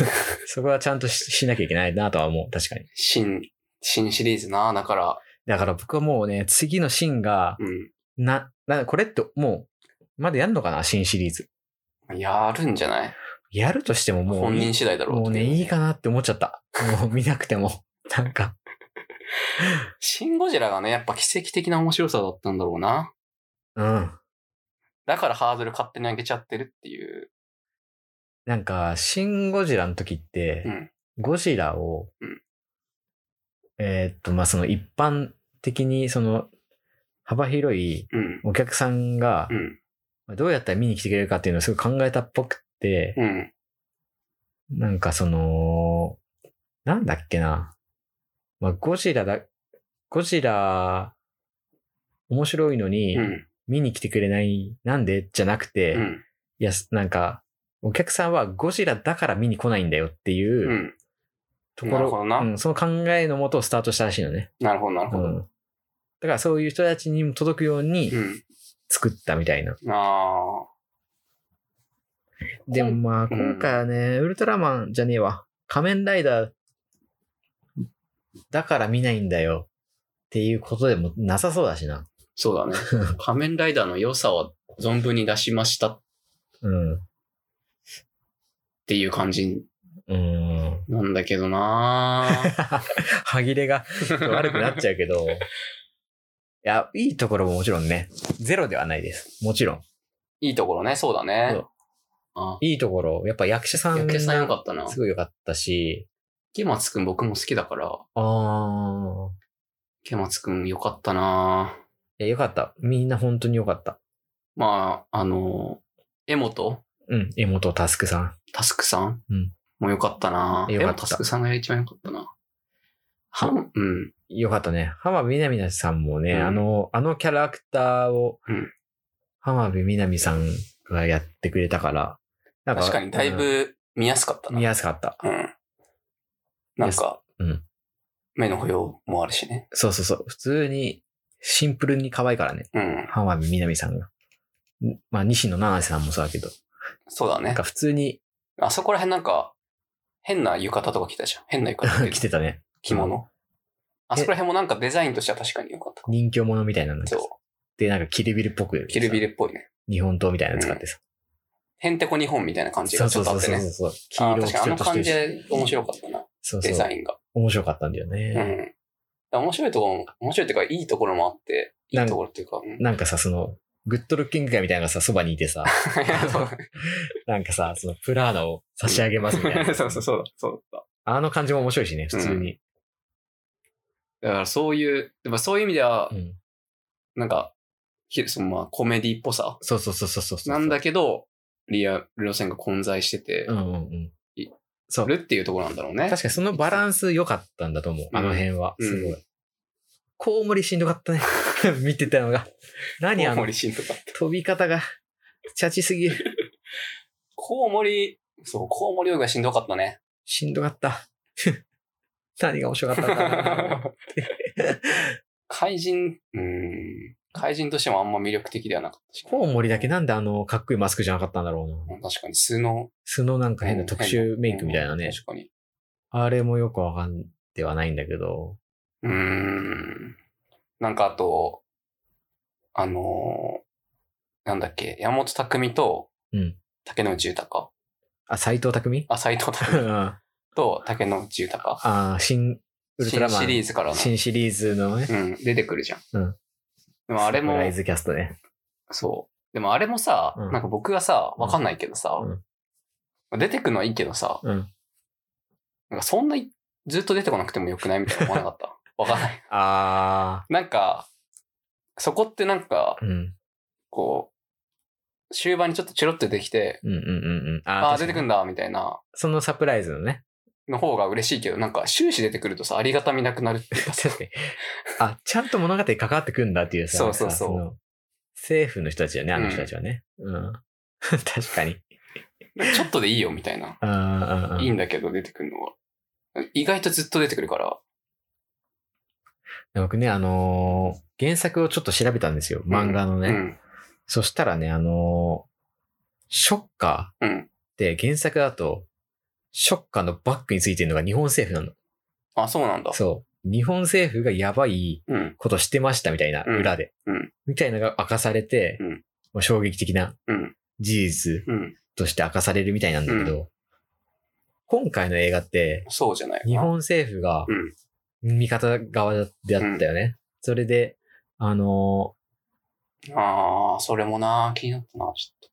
S2: うん。そこはちゃんとししなきゃいけないなとは思う、確かに。
S1: 新、新シリーズな。だから、
S2: だから僕はもうね、次のシーンが、
S1: う
S2: な、な、これってもう、まだやんのかな、新シリーズ。
S1: ん。やるんじゃない
S2: やるとしてももう、
S1: 本人次第だろ
S2: もうね、いいかなって思っちゃった。もう見なく ても。なんか、
S1: シン・ゴジラがね、やっぱ奇跡的な面白さだったんだろうな。
S2: うん。
S1: だからハードル勝手に上げちゃってるっていう。
S2: なんか、シン・ゴジラの時って、
S1: うん
S2: ゴジラを、
S1: うん
S2: えーっと、まあ、その一般的に、その、幅広い
S1: うん。
S2: お客さんが
S1: う、ん。
S2: どうやったら見に来てくれるかっていうのをすごい考えたっぽくて、
S1: うん。
S2: なんかその、なんだっけな。まあ、ゴジラだ、ゴジラ、面白いのに
S1: う、ん。
S2: 見に来てくれない、なんでじゃなくて、
S1: うん。
S2: いや、なんか、お客さんはゴジラだから見に来ないんだよっていう、
S1: うん。
S2: とこ
S1: なるほど
S2: ろ、
S1: な
S2: うん、その考えのもとスタートしたらしいのね。
S1: なるほど、なる
S2: う
S1: ほど。
S2: ん。だからそういう人たちにも届くように
S1: うん。
S2: 作ったみたいな。
S1: あ
S2: でもまあ
S1: うん
S2: 今回はね、ウルトラマンじゃねえわ。仮面ライダーだから見ないんだよっていうことでもなさそうだしな。
S1: ーそう だね。仮面ライダーの良さを存分に出しましたっ
S2: うん。
S1: ていう感じ
S2: うん。
S1: なんだけどな
S2: 歯切れが悪くなっちゃう けど。いや、いいところももちろんね、ゼロではないです。もちろん。
S1: いいところね、そうだ
S2: そ
S1: ね
S2: う。
S1: あ
S2: いいところ、やっぱ役者さん
S1: 役者さんよ
S2: が
S1: かったな。
S2: すごい良かったし、
S1: ケマツくん僕も好きだから、
S2: ああ。
S1: ケマツくんよかったない
S2: や、よかった。みんな本当によかった。
S1: まあ、あの、江本
S2: うん。江本タスクさん。
S1: タスクさん、
S2: うん
S1: もうよかったな
S2: よ
S1: よ
S2: か
S1: か
S2: った
S1: タスクさんが一番よかったな。はん、うん。
S2: よかったね。浜辺美波さんもね、
S1: うん
S2: あの、あのキャラクターを
S1: うん、
S2: 浜辺美波さんがやってくれたから、なん
S1: 確かにだい、ぶ見やすかった
S2: うん
S1: な。
S2: 見やすかった。
S1: うん。なんか、
S2: うん
S1: 目の保養もあるしね。
S2: そうそうそう。普通に、シンプルに可愛いからね。
S1: うん。
S2: 浜辺美波さんが。んまあ、西野七瀬さんもそうだけど、
S1: そうだ
S2: な
S1: ね
S2: んか。普通に
S1: あそこら辺なんか、変な浴衣とか着たじゃん。変な浴衣
S2: 来
S1: 着
S2: てたね。
S1: 着物。あそこら辺もなんかデザインとしては確かに良かったかも。
S2: 人形物みたいなの
S1: そ
S2: で、なんかキルビルっぽく。
S1: う。キルビルっぽいね。
S2: 日本刀みたいなの使ってさ。
S1: へんてこ日本みたいな感じ
S2: そ
S1: が
S2: う
S1: ち
S2: そ
S1: ょ
S2: う
S1: っとあ
S2: そ
S1: っ
S2: う
S1: て
S2: そう
S1: ね。
S2: そう。黄
S1: ああ、
S2: 色を
S1: 確か
S2: 基
S1: にあ
S2: 調
S1: の
S2: として
S1: 感
S2: る
S1: じ
S2: し。
S1: で面白かったな。
S2: そう
S1: デ
S2: そ
S1: ザ
S2: う。
S1: インが。
S2: 面白かったんだよね。
S1: うん。面白いところ、面白いっていうか、いいところもあって、い
S2: なん
S1: いところっていうか、うん
S2: なんかさ、その、グッドルッキング会みたいなのがさ、そばにいて さ、なんかさ、そのプラーナを差し上げますみた いな。
S1: そうそうそうだ、そうだっ
S2: あの感じも面白いしね、普通に。
S1: た。だからそういう、でもそういう意味では
S2: うん。、
S1: なんか、ひそのまあコメディっぽさ
S2: そうそうそうそうそうそう。
S1: なんだけど、リアル路線が混在してて
S2: う、んうんうん
S1: い。
S2: そう。
S1: るっていうところなんだろうね。
S2: 確かにそのバランス良かったんだと思う、
S1: うん
S2: あの辺は。
S1: うん
S2: すごい。コウモリしんどかったね。 見てたのが。何あ
S1: コウモ
S2: の、
S1: リシーンとかって。
S2: 飛び方が、チャチすぎる。
S1: コウモリ、そう、コウモリ泳ぎがしんどかった ね。
S2: しんどかった。 何が面白かったんだろうな
S1: 怪人、うん、怪人としてもあんま魅力的ではなかったし。
S2: コウモリだけなんであの、かっこいいマスクじゃなかったんだろうな。
S1: うん確かに素の
S2: 素のなんか変な特殊メイクみたいな
S1: うん
S2: ね。
S1: 確かに。
S2: あれもよくわかんではないんだけど。
S1: うーん。なんかあと、あのーなんだっけ、山本匠と
S2: うん。
S1: 竹野内豊。
S2: あ、斎藤匠
S1: あ、斎藤匠
S2: あ
S1: と竹野内豊。
S2: あ、新、ウルトラマン
S1: 新シリーズからの。
S2: 新シリーズのね、
S1: うん、出てくるじゃん。
S2: うん
S1: でもあれも、
S2: ライズキャストね。
S1: そう。でもあれもさ、
S2: うん
S1: なんか僕がさ、わかんないけどさ、
S2: うん
S1: 出てくのはいいけどさ、
S2: うん。
S1: なんかそんないずっと出てこなくてもよくないみたいな思わなか った。わかんない。
S2: あ
S1: なんか、そこってなんか
S2: ー。、うん。
S1: こう、終盤にちょっとチロッと出てきて、
S2: うんうんうんうん。あー
S1: ああ、
S2: 確か
S1: 出
S2: に
S1: てくんだ、みたいな、
S2: そのサプライズのね。
S1: の方が嬉しいけど、なんか終始出てくるとさ、ありがたみなくなるっていうかさ
S2: 確かに。 あ、ちゃんと物語に関わってくんだっていうさ。
S1: そうそうそう
S2: さの政府の人たちよね、あの人たちはね。うん。 確かに。
S1: ちょっとでいいよ、みたいな。
S2: うんうんうん
S1: いいんだけど、出てくるのは。意外とずっと出てくるから。
S2: 僕ね、あのー原作をちょっと調べたんですよ。漫画のね。
S1: うん。
S2: そしたらね、あのーショッカ
S1: うん。
S2: ーって原作だと、ショッカーのバックについてるのが日本政府な
S1: あ、そうなんだ
S2: の。。そう。日本政府がやばい
S1: うん。
S2: ことしてましたみたいな、
S1: うん
S2: 裏で。
S1: うん
S2: みたいなのが明かされて、
S1: うん
S2: もう衝撃的な
S1: うん。
S2: 事実
S1: うん。
S2: として明かされるみたいなんだけど、今回の映画って、
S1: そうじゃないかな
S2: 日本政府が
S1: うん
S2: 味方側だったよね。それで、あのー
S1: ああ、それもな、気になったな、ちょっ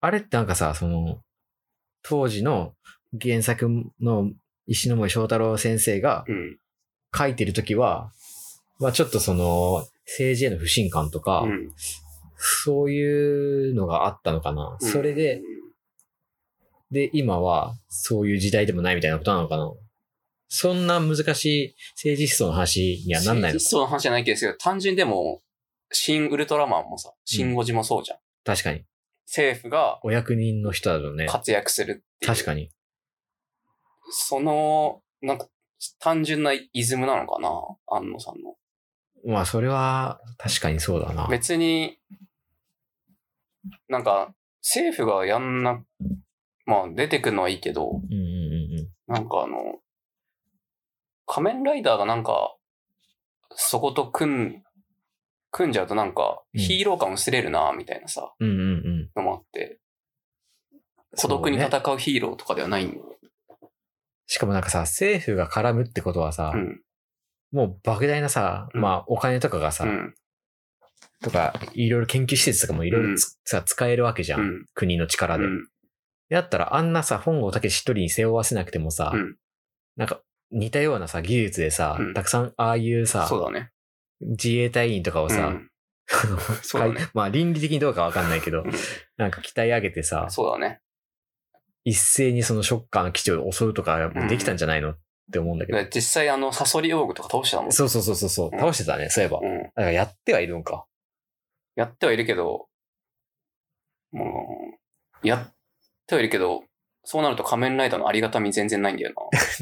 S2: あれってなんかさ、その、当時の原作の石ノ森章太郎先生が
S1: と。うん。
S2: 書いてる時は、まあちょっとその、政治への不信感とか、
S1: うん
S2: そういうのがあったのかな。
S1: うん
S2: それで、、で、今はそういう時代でもないみたいなことなのかな。そんな難しい政治思想の話にはなんないの
S1: 実装の話じゃないけど、単純にでも、新ウルトラマンもさ、新ゴジもそうじゃん。
S2: 確かに。
S1: 政府が
S2: お役人の人だろうね。
S1: 活躍するっていう。
S2: 確かに。
S1: その、なんか、単純なイズムなのかな、安野さんの。
S2: まあそれは確かにそうだな。
S1: 別に、なんか、政府がやんな、まあ、出てくるのはいいけど、
S2: うんうんうんうん。
S1: なんかあの、仮面ライダーがなんか、そこと組ん、組んじゃうとなんか、
S2: うん
S1: ヒーロー感薄れるな、みたいなさ、
S2: うんうんうん。
S1: のもあって、孤独に
S2: そうね
S1: 戦うヒーローとかではないんだ
S2: しかもなんかさ、政府が絡むってことはさ、
S1: うん。
S2: もう莫大なさ、
S1: うん
S2: まあお金とかがさ、
S1: うん。
S2: とか、いろいろ研究施設とかもいろいろつさ、使えるわけじゃん。
S1: うん
S2: 国の力で。
S1: うん
S2: だったらあんなさ、本郷武一人に背負わせなくてもさ、
S1: うん
S2: なんか似たようなさ、技術でさ、
S1: うん
S2: たくさんああいうさ、
S1: そうだね。
S2: 自衛隊員とかを
S1: う
S2: さ、
S1: んそうだね。
S2: まあ倫理的にどうかわかんないけ
S1: う
S2: ど
S1: ん、
S2: なんか鍛え上げてさ、
S1: そうだね。
S2: 一斉にそのショッカーの基地を襲うとか、もうできたんじゃないのって思うんだけど。
S1: で実際あの、サソリオーグとか倒してたもん。
S2: そうそうそうそうそう、
S1: うん
S2: 倒してたね、そういえば。だ
S1: うん。
S2: からやってはいるんか。
S1: やってはいるけど、もう、やってはいるけど、そうなると仮面ライダーのありがたみ全然ないんだよ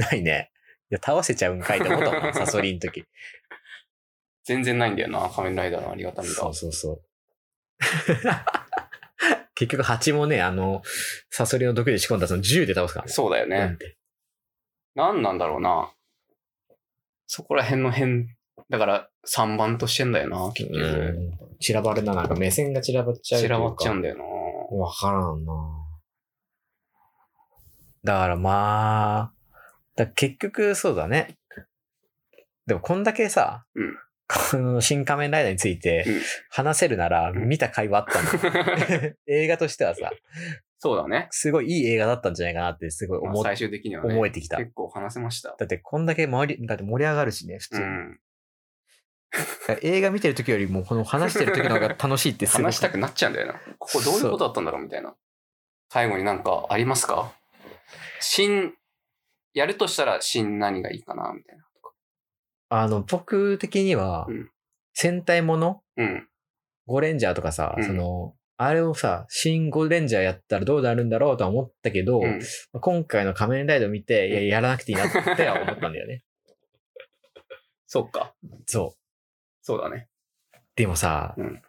S1: な。
S2: ないね。いや、倒せちゃうんかいって思ったもん、サソリの時。
S1: 全然ないんだよ な、仮面ライダーのありがたみ
S2: そ
S1: が
S2: う。そうそう。 結局、蜂もね、あの、サソリの毒で仕込んだその銃で倒すからね。
S1: そうだよ
S2: なん
S1: ね。
S2: て
S1: 何なんだろうな。そこら辺の辺、だから3番としてんだよな、結局。
S2: うん散らばるな、なんか目線が散らばっちゃうとい
S1: 散
S2: うか。
S1: らばっちゃうんだよ
S2: わからんなだからまあ、だから結局そうだね。でもこんだけさ、
S1: うん
S2: この新仮面ライダーについて
S1: うん
S2: 話せるなら
S1: ん
S2: 見た会話あったんだよ
S1: な。
S2: 映画としてはさ、
S1: そうだね。
S2: すごいいい映画だったんじゃないかなってすごい
S1: まあ
S2: 思,、
S1: 最終的にはね。
S2: 思えてきた。
S1: 結構話せました。
S2: だってこんだけ盛りだって盛り上がるしね、普通
S1: う
S2: に。
S1: ん。
S2: だから映画見てる時よりもこの話してる時の方が楽しいってすごく
S1: 話したくなっちゃうんだよな。ここどういうことだったんだろうみたいな。最後になんかありますか新、やるとしたら新何がいいかなみたいな。
S2: あの、僕的には
S1: うん、
S2: 戦隊もの
S1: うん。
S2: ゴレンジャーとかさ、
S1: うん
S2: その、あれをさ、新ゴレンジャーやったらどうなるんだろうとは思ったけど、
S1: うん
S2: 今回の仮面ライダーを見て、
S1: うん
S2: いや、やらなくていいなっては思ったんだよ ね。
S1: そうか。
S2: そう。
S1: そうだね。
S2: でもさ、
S1: うん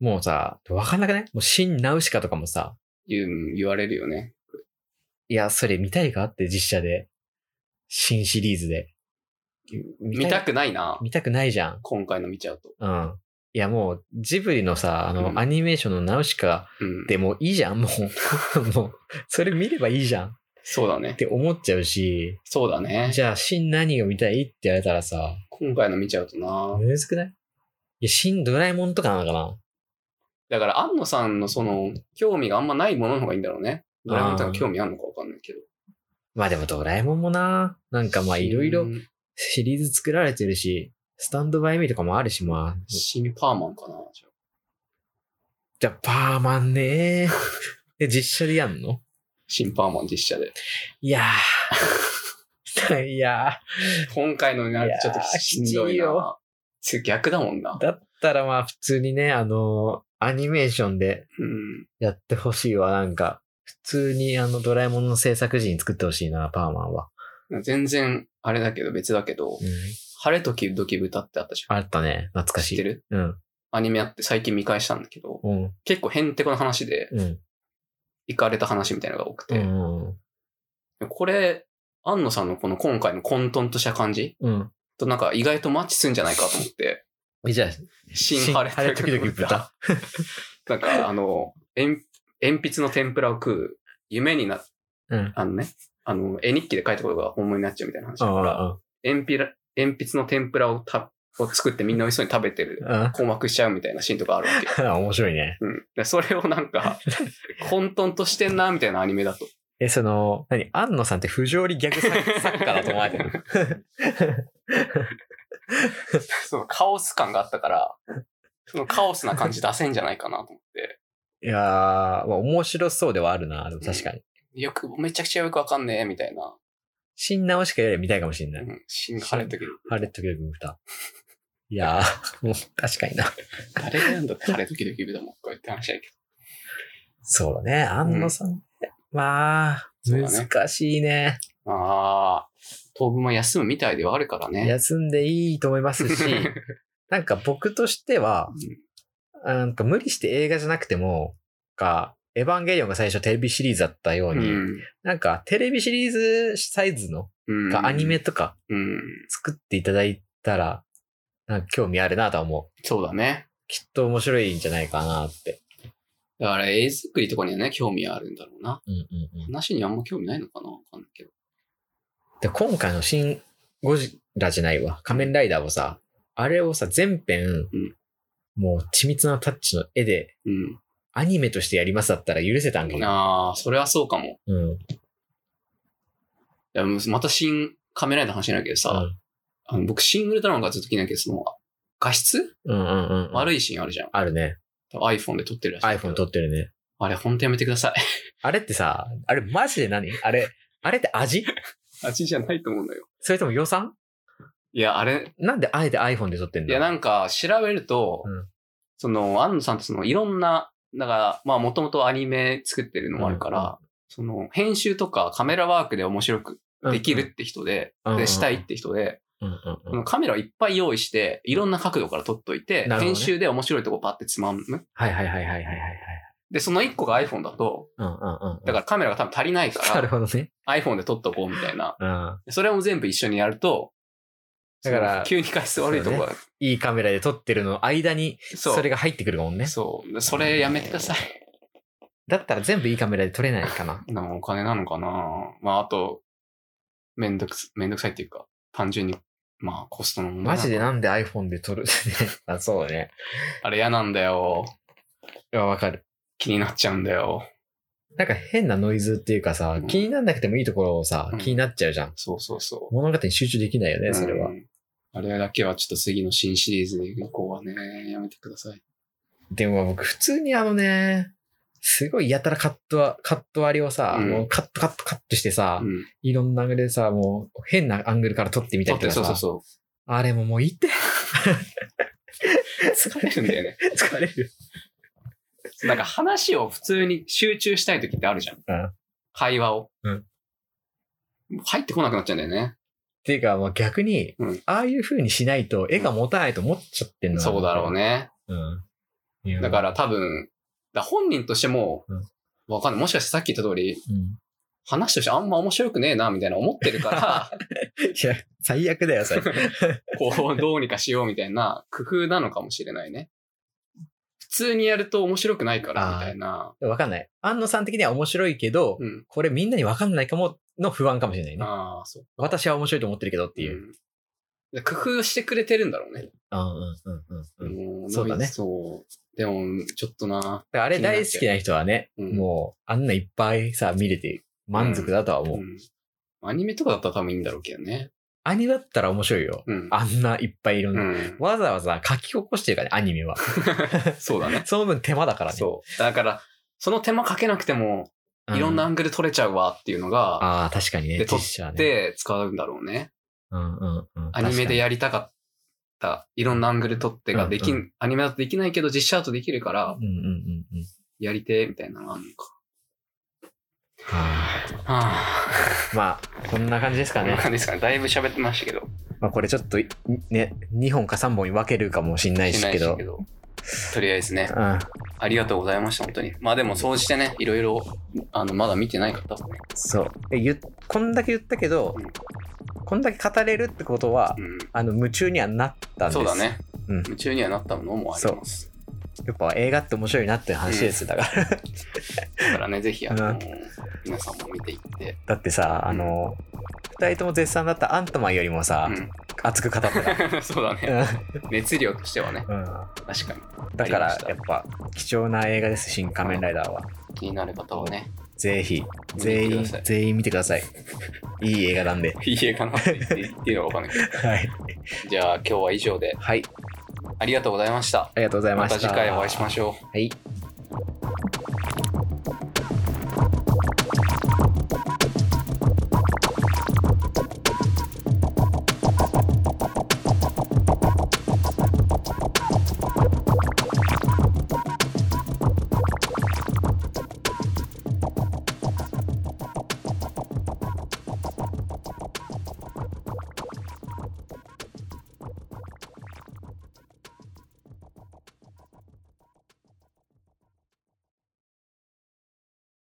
S2: もうさ、わかんなくないもう新ナウシカとかもさ、
S1: 言う言われるよね。
S2: いや、それ見たいかって実写で。新シリーズで。
S1: 見た
S2: い
S1: くないな。
S2: 見たくないじゃん。
S1: 今回の見ちゃうと。
S2: うん。いや、もう、ジブリのさ、あの、
S1: うん
S2: アニメーションのナウシカ
S1: うん。
S2: でもういいじゃん、もう。もう、それ見ればいいじゃん。
S1: そうだね
S2: っ。て思っちゃうし、
S1: そうだね。
S2: じゃあ、シン何を見たいって言われたらさ、
S1: 今回の見ちゃうとな。
S2: むずくないいや、シンドラえもんとかなのかな
S1: だから、安野さんのその、興味があんまないものの方がいいんだろうね。ドラえもんとか興味あるのかわかんないけど。
S2: まあでもドラえもんもな、なんかまあいろいろ
S1: シン
S2: シリーズ作られてるし、スタンドバイミーとかもあるし、まあ。
S1: シンパーマンかな。じゃあ
S2: じゃあ、パーマ ンねで、実写でやんの
S1: シンパーマン実写で。
S2: いやー。 いや
S1: 今回のになるとちょっとしんどい
S2: いやーきちい
S1: な
S2: よ。
S1: つ逆だもんな
S2: ー。。だったらまあ普通にね、あのーアニメーションで
S1: うん。
S2: やってほしいわ、なんか。普通にあのドラえもんの制作時に作ってほしいな、パーマンは。
S1: 全然、あれだけど、別だけど
S2: う、ん。
S1: 晴れ時々豚ってあったじゃん。
S2: あったね。懐かし
S1: 知
S2: い。
S1: ってる
S2: うん。
S1: アニメあって最近見返したんだけど、
S2: うん。
S1: 結構ヘンテコな話で、
S2: うん。
S1: 行かれた話みたいなのが多く
S2: う
S1: て、
S2: ん。
S1: これ、安野さんのこの今回の混沌とした感じ
S2: うん。
S1: となんか意外とマッチするんじゃないかと思って、
S2: えじゃあ、
S1: 新晴れ時々豚。。なんかあの、鉛鉛筆の天ぷらを食う、夢にな、
S2: うん。
S1: あのね、あの、絵日記で書いたことが本物になっちゃうみたいな話だ
S2: あ
S1: から、
S2: あ、
S1: 鉛筆ら鉛筆の天ぷらをたを作ってみんな美味しそうに食べてる、
S2: あ
S1: 困惑しちゃうみたいなシーンとかあるわけよ。
S2: あ。面白いね。
S1: うん。でそれをなん か、混沌としてんな、みたいなアニメだと。
S2: え、その、何安野さんって不条理ギャグ作作家だと思われてる。
S1: そう、カオス感があった から、そのカオスな感じ出せんじゃないかなと思って。
S2: いやー、まあ、面白そうではあるな、でも確かに。
S1: よく、めちゃくちゃよくわかんねえ、みたいな。
S2: 新直しかより見たいかもしれな
S1: う
S2: い。
S1: ん。死ん晴れた時々
S2: あれ、時々豚。いやー、もう確かにな。
S1: 誰がやんだって晴れ時々ビだもん、こうやって話だけ
S2: そうだね、安野さん。まあ、
S1: そうだね
S2: 難しいね。
S1: ど。ああ、当分も休むみたいではあるからね。
S2: 休んでいいと思います し、なんか僕としては、なんか無理して映画じゃなくても、か、エヴァンゲリオンが最初テレビシリーズだったよう
S1: う
S2: に、
S1: ん。
S2: なんかテレビシリーズサイズの、
S1: うん。
S2: アニメ。とか
S1: うん。
S2: 作っていただいたら、なんか興味あるなとは思う。
S1: そうだね。
S2: きっと面白いんじゃないかなって。
S1: だから、絵作りとかにはね、興味あるんだろうな。
S2: うんうんうん。
S1: 話にはあんま興味ないのかなわかんないけど。
S2: で、今回の新ゴジラじゃないわ。仮面ライダーをさ、あれをさ、全編、
S1: うん
S2: もう緻密なタッチの絵で、
S1: うん。
S2: アニメとしてやりますだったら許せたんかな。
S1: ああ、それはそうかも。
S2: うん。
S1: いやもうまた新カメライダーの話になるけどさ、
S2: うん
S1: あの僕シングルドラマがずっと気になるけど、その画質、
S2: うんうんうん。
S1: 悪いシーンあるじゃん。
S2: あるね。
S1: 多分 iPhone で撮ってるらしいけど。
S2: iPhone 撮ってるね。
S1: あれ、ほんとやめてくださ い。
S2: あれってさ、あれマジで何あれ、あれって味
S1: 味じゃないと思うんだよ。
S2: それとも予算
S1: いや、あれ、
S2: なんであえて iPhone で撮ってん
S1: い
S2: の
S1: や、なんか調べると、
S2: うん
S1: その、安野さんってその、いろんな、だから、まあ、もともとアニメ作ってるのもあるから、
S2: うんう
S1: その、編集とかカメラワークで面白くできるって人で、
S2: うんうん
S1: で、したいって人で、
S2: うんうん
S1: そ
S2: うん。
S1: のカメラをいっぱい用意して、いろんな角度から撮っといて、
S2: なるほどね
S1: 編集で面白いとこパってつまむ。
S2: はいはいはいはいはいはいはい。
S1: で、その1個が iPhone だと、
S2: うんうんうん。
S1: だからカメラが多分足りない
S2: な
S1: か
S2: るほどね。
S1: ら、iPhone で撮っとこうみたいな。
S2: うん。
S1: それも全部一緒にやると、
S2: だから
S1: その急に回数悪いとこが、
S2: いいカメラで撮ってるの間に、
S1: そう。
S2: それが入ってくるもんね。
S1: そう。でそれやめてください。
S2: だったら全部いいカメラで撮れないかな。
S1: なんかお金なのかなまあ、あと、めんどくす、めんどくさいっていうか、単純に、まあ、コストの問題
S2: マジで
S1: なのか
S2: なんで iPhone で撮る ねあ、そうね。
S1: あれ嫌なんだよ。
S2: いや、わかる。
S1: 気になっちゃうんだよ。
S2: なんか変なノイズっていうかさ
S1: う、ん
S2: 気になんなくてもいいところをさ
S1: うん、
S2: 気になっちゃうじゃん。
S1: そうそうそ
S2: 物語に集中できないよ
S1: う。
S2: ね、それは
S1: う。んあれだけはちょっと次の新シリーズで以降はね、やめてください。
S2: でも僕普通にあのね、すごいやたらカットは、カット割りをさ、
S1: うん
S2: もうカットカットカットしてさ、
S1: うん。
S2: いろんなアングルでさ、もう変なアングルから撮ってみた
S1: だ
S2: り
S1: っ
S2: と
S1: て
S2: か
S1: そうそう
S2: さ、
S1: そ
S2: あれももういいって。
S1: う。疲れるんだよね。
S2: 疲れる。
S1: なんか話を普通に集中したい時ってあるじゃん。
S2: うん
S1: 会話を。
S2: うん
S1: 入ってこなくなっちゃうんだよね。
S2: っていうか、まあ逆に
S1: うん、
S2: ああいう風にしないと絵が持たないと思っちゃってんの
S1: そうだろう。ね。
S2: うんいや。
S1: だから多分、だ本人としても
S2: うん、
S1: わかんない。もしかしてさっき言った通り、
S2: うん、
S1: 話としてあんま面白くねえな、みたいな思ってるから、
S2: いや、最悪だよ、それ。
S1: こう、どうにかしようみたいな工夫なのかもしれないね。普通にやると面白くないから
S2: あー
S1: みたいな。
S2: わかんない。安野さん的には面白いけど、
S1: うん。
S2: これみんなにわかんないかもの不安かもしれないね。
S1: ああ、そう。っ
S2: 私は面白いと思ってるけどっていう。
S1: う。で工夫してくれてるんだろうね。
S2: うんうんうんうんうん。だか
S1: も
S2: そうだね
S1: そう。でも、ちょっとな。
S2: らあれ大好きな人はね、
S1: うん
S2: もうあんないっぱいさ、見れて満足だとは思う。
S1: うんアニメとかだったら多分いいんだろうけどね。
S2: アニメだったら面白いよ。
S1: うん。
S2: あんないっぱいいろん
S1: う
S2: な。
S1: ん、
S2: わざわざ書き起こしてるからね、アニメは。
S1: そうだね。
S2: その分手間だから ね。
S1: そう。だから、その手間かけなくても、
S2: う
S1: いろんなア。ングル取れちゃうわっていうのが、
S2: ああ、確かにね。
S1: で撮
S2: 実
S1: っ
S2: 写ね。
S1: で、使うんだろうね。
S2: うんうんうん。
S1: アニメで
S2: や
S1: やりたかった、いろんなアングル取ってができん、
S2: うんう
S1: アニメだとできないけど、実写だとできるから
S2: う、んうんうんうん。
S1: やりてえみたいなのがあるのか。
S2: は
S1: はあ、
S2: あまあ、こんな感じですか
S1: こんな
S2: ね。
S1: 感 じですかね。だいぶ喋ってましたけど。
S2: まあ、これちょっとい、ね、2本か3本に分けるかもしんないですけど。
S1: しど。とりあえずね、
S2: うん。
S1: ありがとうございました、本当に。まあでも、そうしてね、いろいろ、あの、まだ見てない方もね。
S2: そう。で、言っこんだけ言ったけど
S1: うん、
S2: こんだけ語れるってことは
S1: う、ん。
S2: あの、夢中にはなったんです
S1: そうだ。ね。
S2: うん
S1: 夢中にはなったものもあります。
S2: やっぱ映画って面白いなっていう話です。だから。
S1: だからね、ぜひ、あ
S2: う
S1: の
S2: ん、
S1: 皆さんも見ていって。
S2: だってさ、あの、二人とも絶賛だったアントマンよりもさ、熱く語ってた。
S1: うん。 そうだね。熱量としてはね、
S2: うんうん
S1: 確かに。
S2: だから、
S1: ありました
S2: やっぱ、貴重な映画です、新仮面ライダーは。
S1: 気になる方はね、
S2: ぜひ、
S1: 見て
S2: 全
S1: くだ
S2: 員
S1: さい、
S2: 全員見てください。いい映画なんで。
S1: いい映画なって言って言っていいのかわかんないけ
S2: はい。
S1: ど。じゃあ今日は以上で
S2: はい、
S1: ありがとうございました。
S2: ありがとうございま
S1: ま
S2: した。
S1: た次回お会いしましょう。
S2: はい。